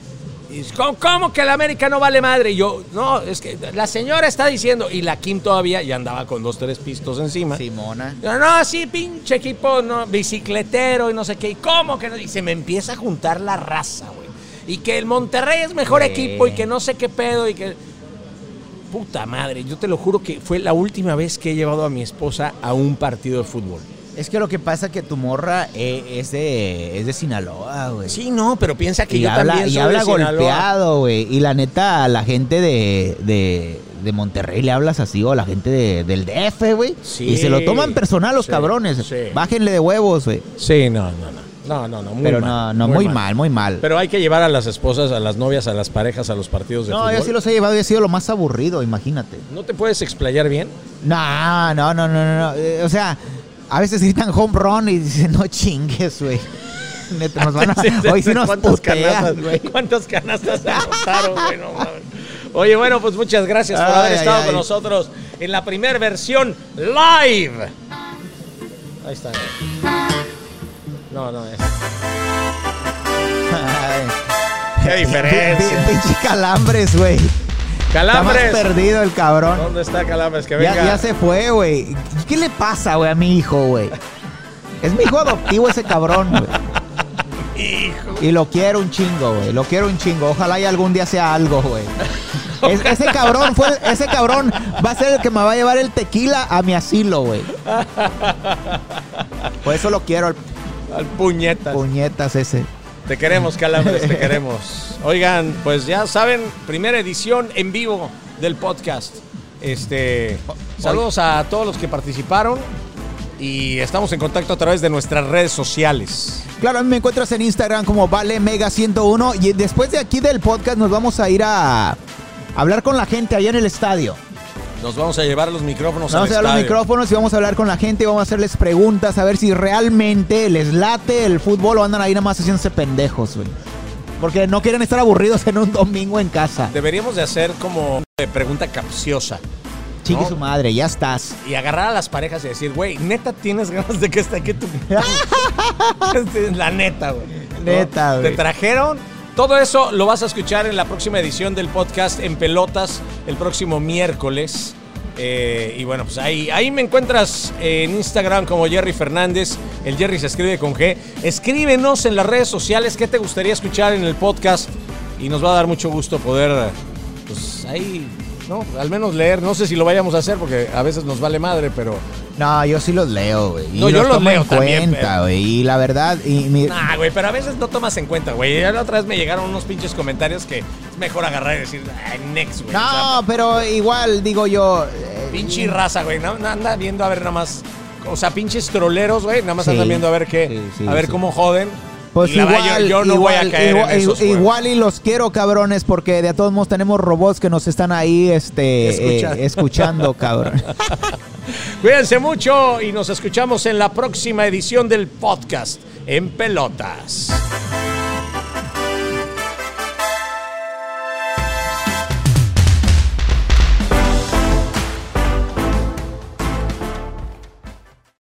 Speaker 1: Y es, ¿cómo, cómo que el América no vale madre? Y yo, no, es que la señora está diciendo. Y la Kim todavía ya andaba con dos, tres pistos encima.
Speaker 2: Simona.
Speaker 1: No, no, sí, pinche equipo, no, bicicletero y no sé qué. ¿Y cómo que no? Y se me empieza a juntar la raza, güey. Y que el Monterrey es mejor
Speaker 2: Sí.
Speaker 1: equipo y que no sé qué pedo y que. Puta madre, yo te lo juro que fue la última vez que he llevado a mi esposa a un partido de fútbol.
Speaker 2: Es que lo que pasa que tu morra eh, es, de, es de Sinaloa, güey.
Speaker 1: Sí, no, pero piensa que
Speaker 2: y
Speaker 1: yo
Speaker 2: habla,
Speaker 1: también
Speaker 2: y
Speaker 1: soy
Speaker 2: habla
Speaker 1: de Sinaloa.
Speaker 2: golpeado, güey. Y la neta, a la gente de, de, de Monterrey le hablas así, o a la gente de- del DF, güey.
Speaker 1: Sí.
Speaker 2: y se lo toman personal los
Speaker 1: Sí,
Speaker 2: cabrones.
Speaker 1: sí.
Speaker 2: Bájenle de huevos, güey.
Speaker 1: Sí, no, no, no. No, no, no, muy
Speaker 2: Pero
Speaker 1: mal,
Speaker 2: no, no, muy, mal. muy mal.
Speaker 1: Pero hay que llevar a las esposas, a las novias, a las parejas, a los partidos de
Speaker 2: no,
Speaker 1: fútbol.
Speaker 2: yo sí los he llevado y ha sido lo más aburrido, imagínate.
Speaker 1: ¿No te puedes explayar bien?
Speaker 2: No, no, no, no, no. no. Eh, o sea, A veces gritan home run y dicen, no chingues, güey. Neta, nos van a-
Speaker 1: Sí, sí,
Speaker 2: Hoy
Speaker 1: sí,
Speaker 2: sí nos
Speaker 1: ¿Cuántas
Speaker 2: putean,
Speaker 1: canastas,
Speaker 2: güey.
Speaker 1: ¿Cuántas canastas anotaron, güey? No mames. Oye, bueno, pues muchas gracias por
Speaker 2: Ay,
Speaker 1: haber
Speaker 2: ay,
Speaker 1: estado
Speaker 2: ay.
Speaker 1: con nosotros en la primera versión live. Ahí está. No, no, es.
Speaker 2: Ay.
Speaker 1: Qué
Speaker 2: Pi-
Speaker 1: diferencia.
Speaker 2: pi- Pinche calambres, güey. Está más
Speaker 1: Calambres.
Speaker 2: perdido el cabrón.
Speaker 1: ¿Dónde está Calambres? Que
Speaker 2: Ya,
Speaker 1: venga.
Speaker 2: ya se fue, güey. ¿Qué le pasa, güey, a mi hijo, güey? Es mi hijo adoptivo ese cabrón, güey. Y lo quiero un chingo, güey. Lo quiero un chingo. Ojalá y algún día sea algo, güey. Es- ese cabrón fue, el- ese cabrón va a ser el que me va a llevar el tequila a mi asilo, güey. Por eso lo quiero al
Speaker 1: Al puñetas.
Speaker 2: puñetas ese.
Speaker 1: Te queremos, Calambres, te queremos. Oigan, pues ya saben, primera edición en vivo del podcast. Este, saludos a todos los que participaron y estamos en contacto a través de nuestras redes sociales.
Speaker 2: Claro, a mí me encuentras en Instagram como ValeMega101 y después de aquí del podcast nos vamos a ir a hablar con la gente allá en el estadio.
Speaker 1: Nos vamos a llevar los micrófonos
Speaker 2: Vamos
Speaker 1: al
Speaker 2: a dar los
Speaker 1: estadio.
Speaker 2: micrófonos y vamos a hablar con la gente y vamos a hacerles preguntas a ver si realmente les late el fútbol o andan ahí nada más haciéndose pendejos, güey. Porque no quieren estar aburridos en un domingo en casa.
Speaker 1: Deberíamos de hacer como eh, pregunta capciosa
Speaker 2: Chiqui
Speaker 1: No.
Speaker 2: su madre, ya estás.
Speaker 1: y agarrar a las parejas y decir, güey, neta tienes ganas de que esté aquí tu La neta, güey. ¿No?
Speaker 2: Neta, güey.
Speaker 1: Te trajeron. Todo eso lo vas a escuchar en la próxima edición del podcast En Pelotas, el próximo miércoles. Eh, y bueno, pues ahí, ahí me encuentras en Instagram como Jerry Fernández. El Jerry se escribe con G. Escríbenos en las redes sociales qué te gustaría escuchar en el podcast. Y nos va a dar mucho gusto poder, pues ahí, ¿no? Al menos leer. No sé si lo vayamos a hacer porque a veces nos vale madre, pero.
Speaker 2: No, yo sí los leo, güey. y
Speaker 1: No, yo los
Speaker 2: tomo en
Speaker 1: leo también,
Speaker 2: cuenta,
Speaker 1: pero-
Speaker 2: güey. Y la verdad, y mi-
Speaker 1: Nah, güey, pero a veces no tomas en cuenta, güey. Ya la otra vez me llegaron unos pinches comentarios que es mejor agarrar y decir, "Ay, next, güey. O
Speaker 2: no, pero igual digo yo. eh,
Speaker 1: sea, pinche raza, güey. No, no anda viendo a ver nada más. O sea, pinches troleros, güey. Nada más
Speaker 2: Sí,
Speaker 1: andan viendo a ver qué.
Speaker 2: sí, sí,
Speaker 1: a ver
Speaker 2: sí.
Speaker 1: cómo joden.
Speaker 2: Pues
Speaker 1: Y la
Speaker 2: igual,
Speaker 1: verdad, yo, yo no
Speaker 2: igual,
Speaker 1: voy a caer
Speaker 2: igual,
Speaker 1: en esos, güey.
Speaker 2: igual y los quiero, cabrones, porque de todos modos tenemos robots que nos están ahí este,
Speaker 1: Escuchando.
Speaker 2: eh, escuchando cabrón.
Speaker 1: Cuídense mucho y nos escuchamos en la próxima edición del podcast En Pelotas.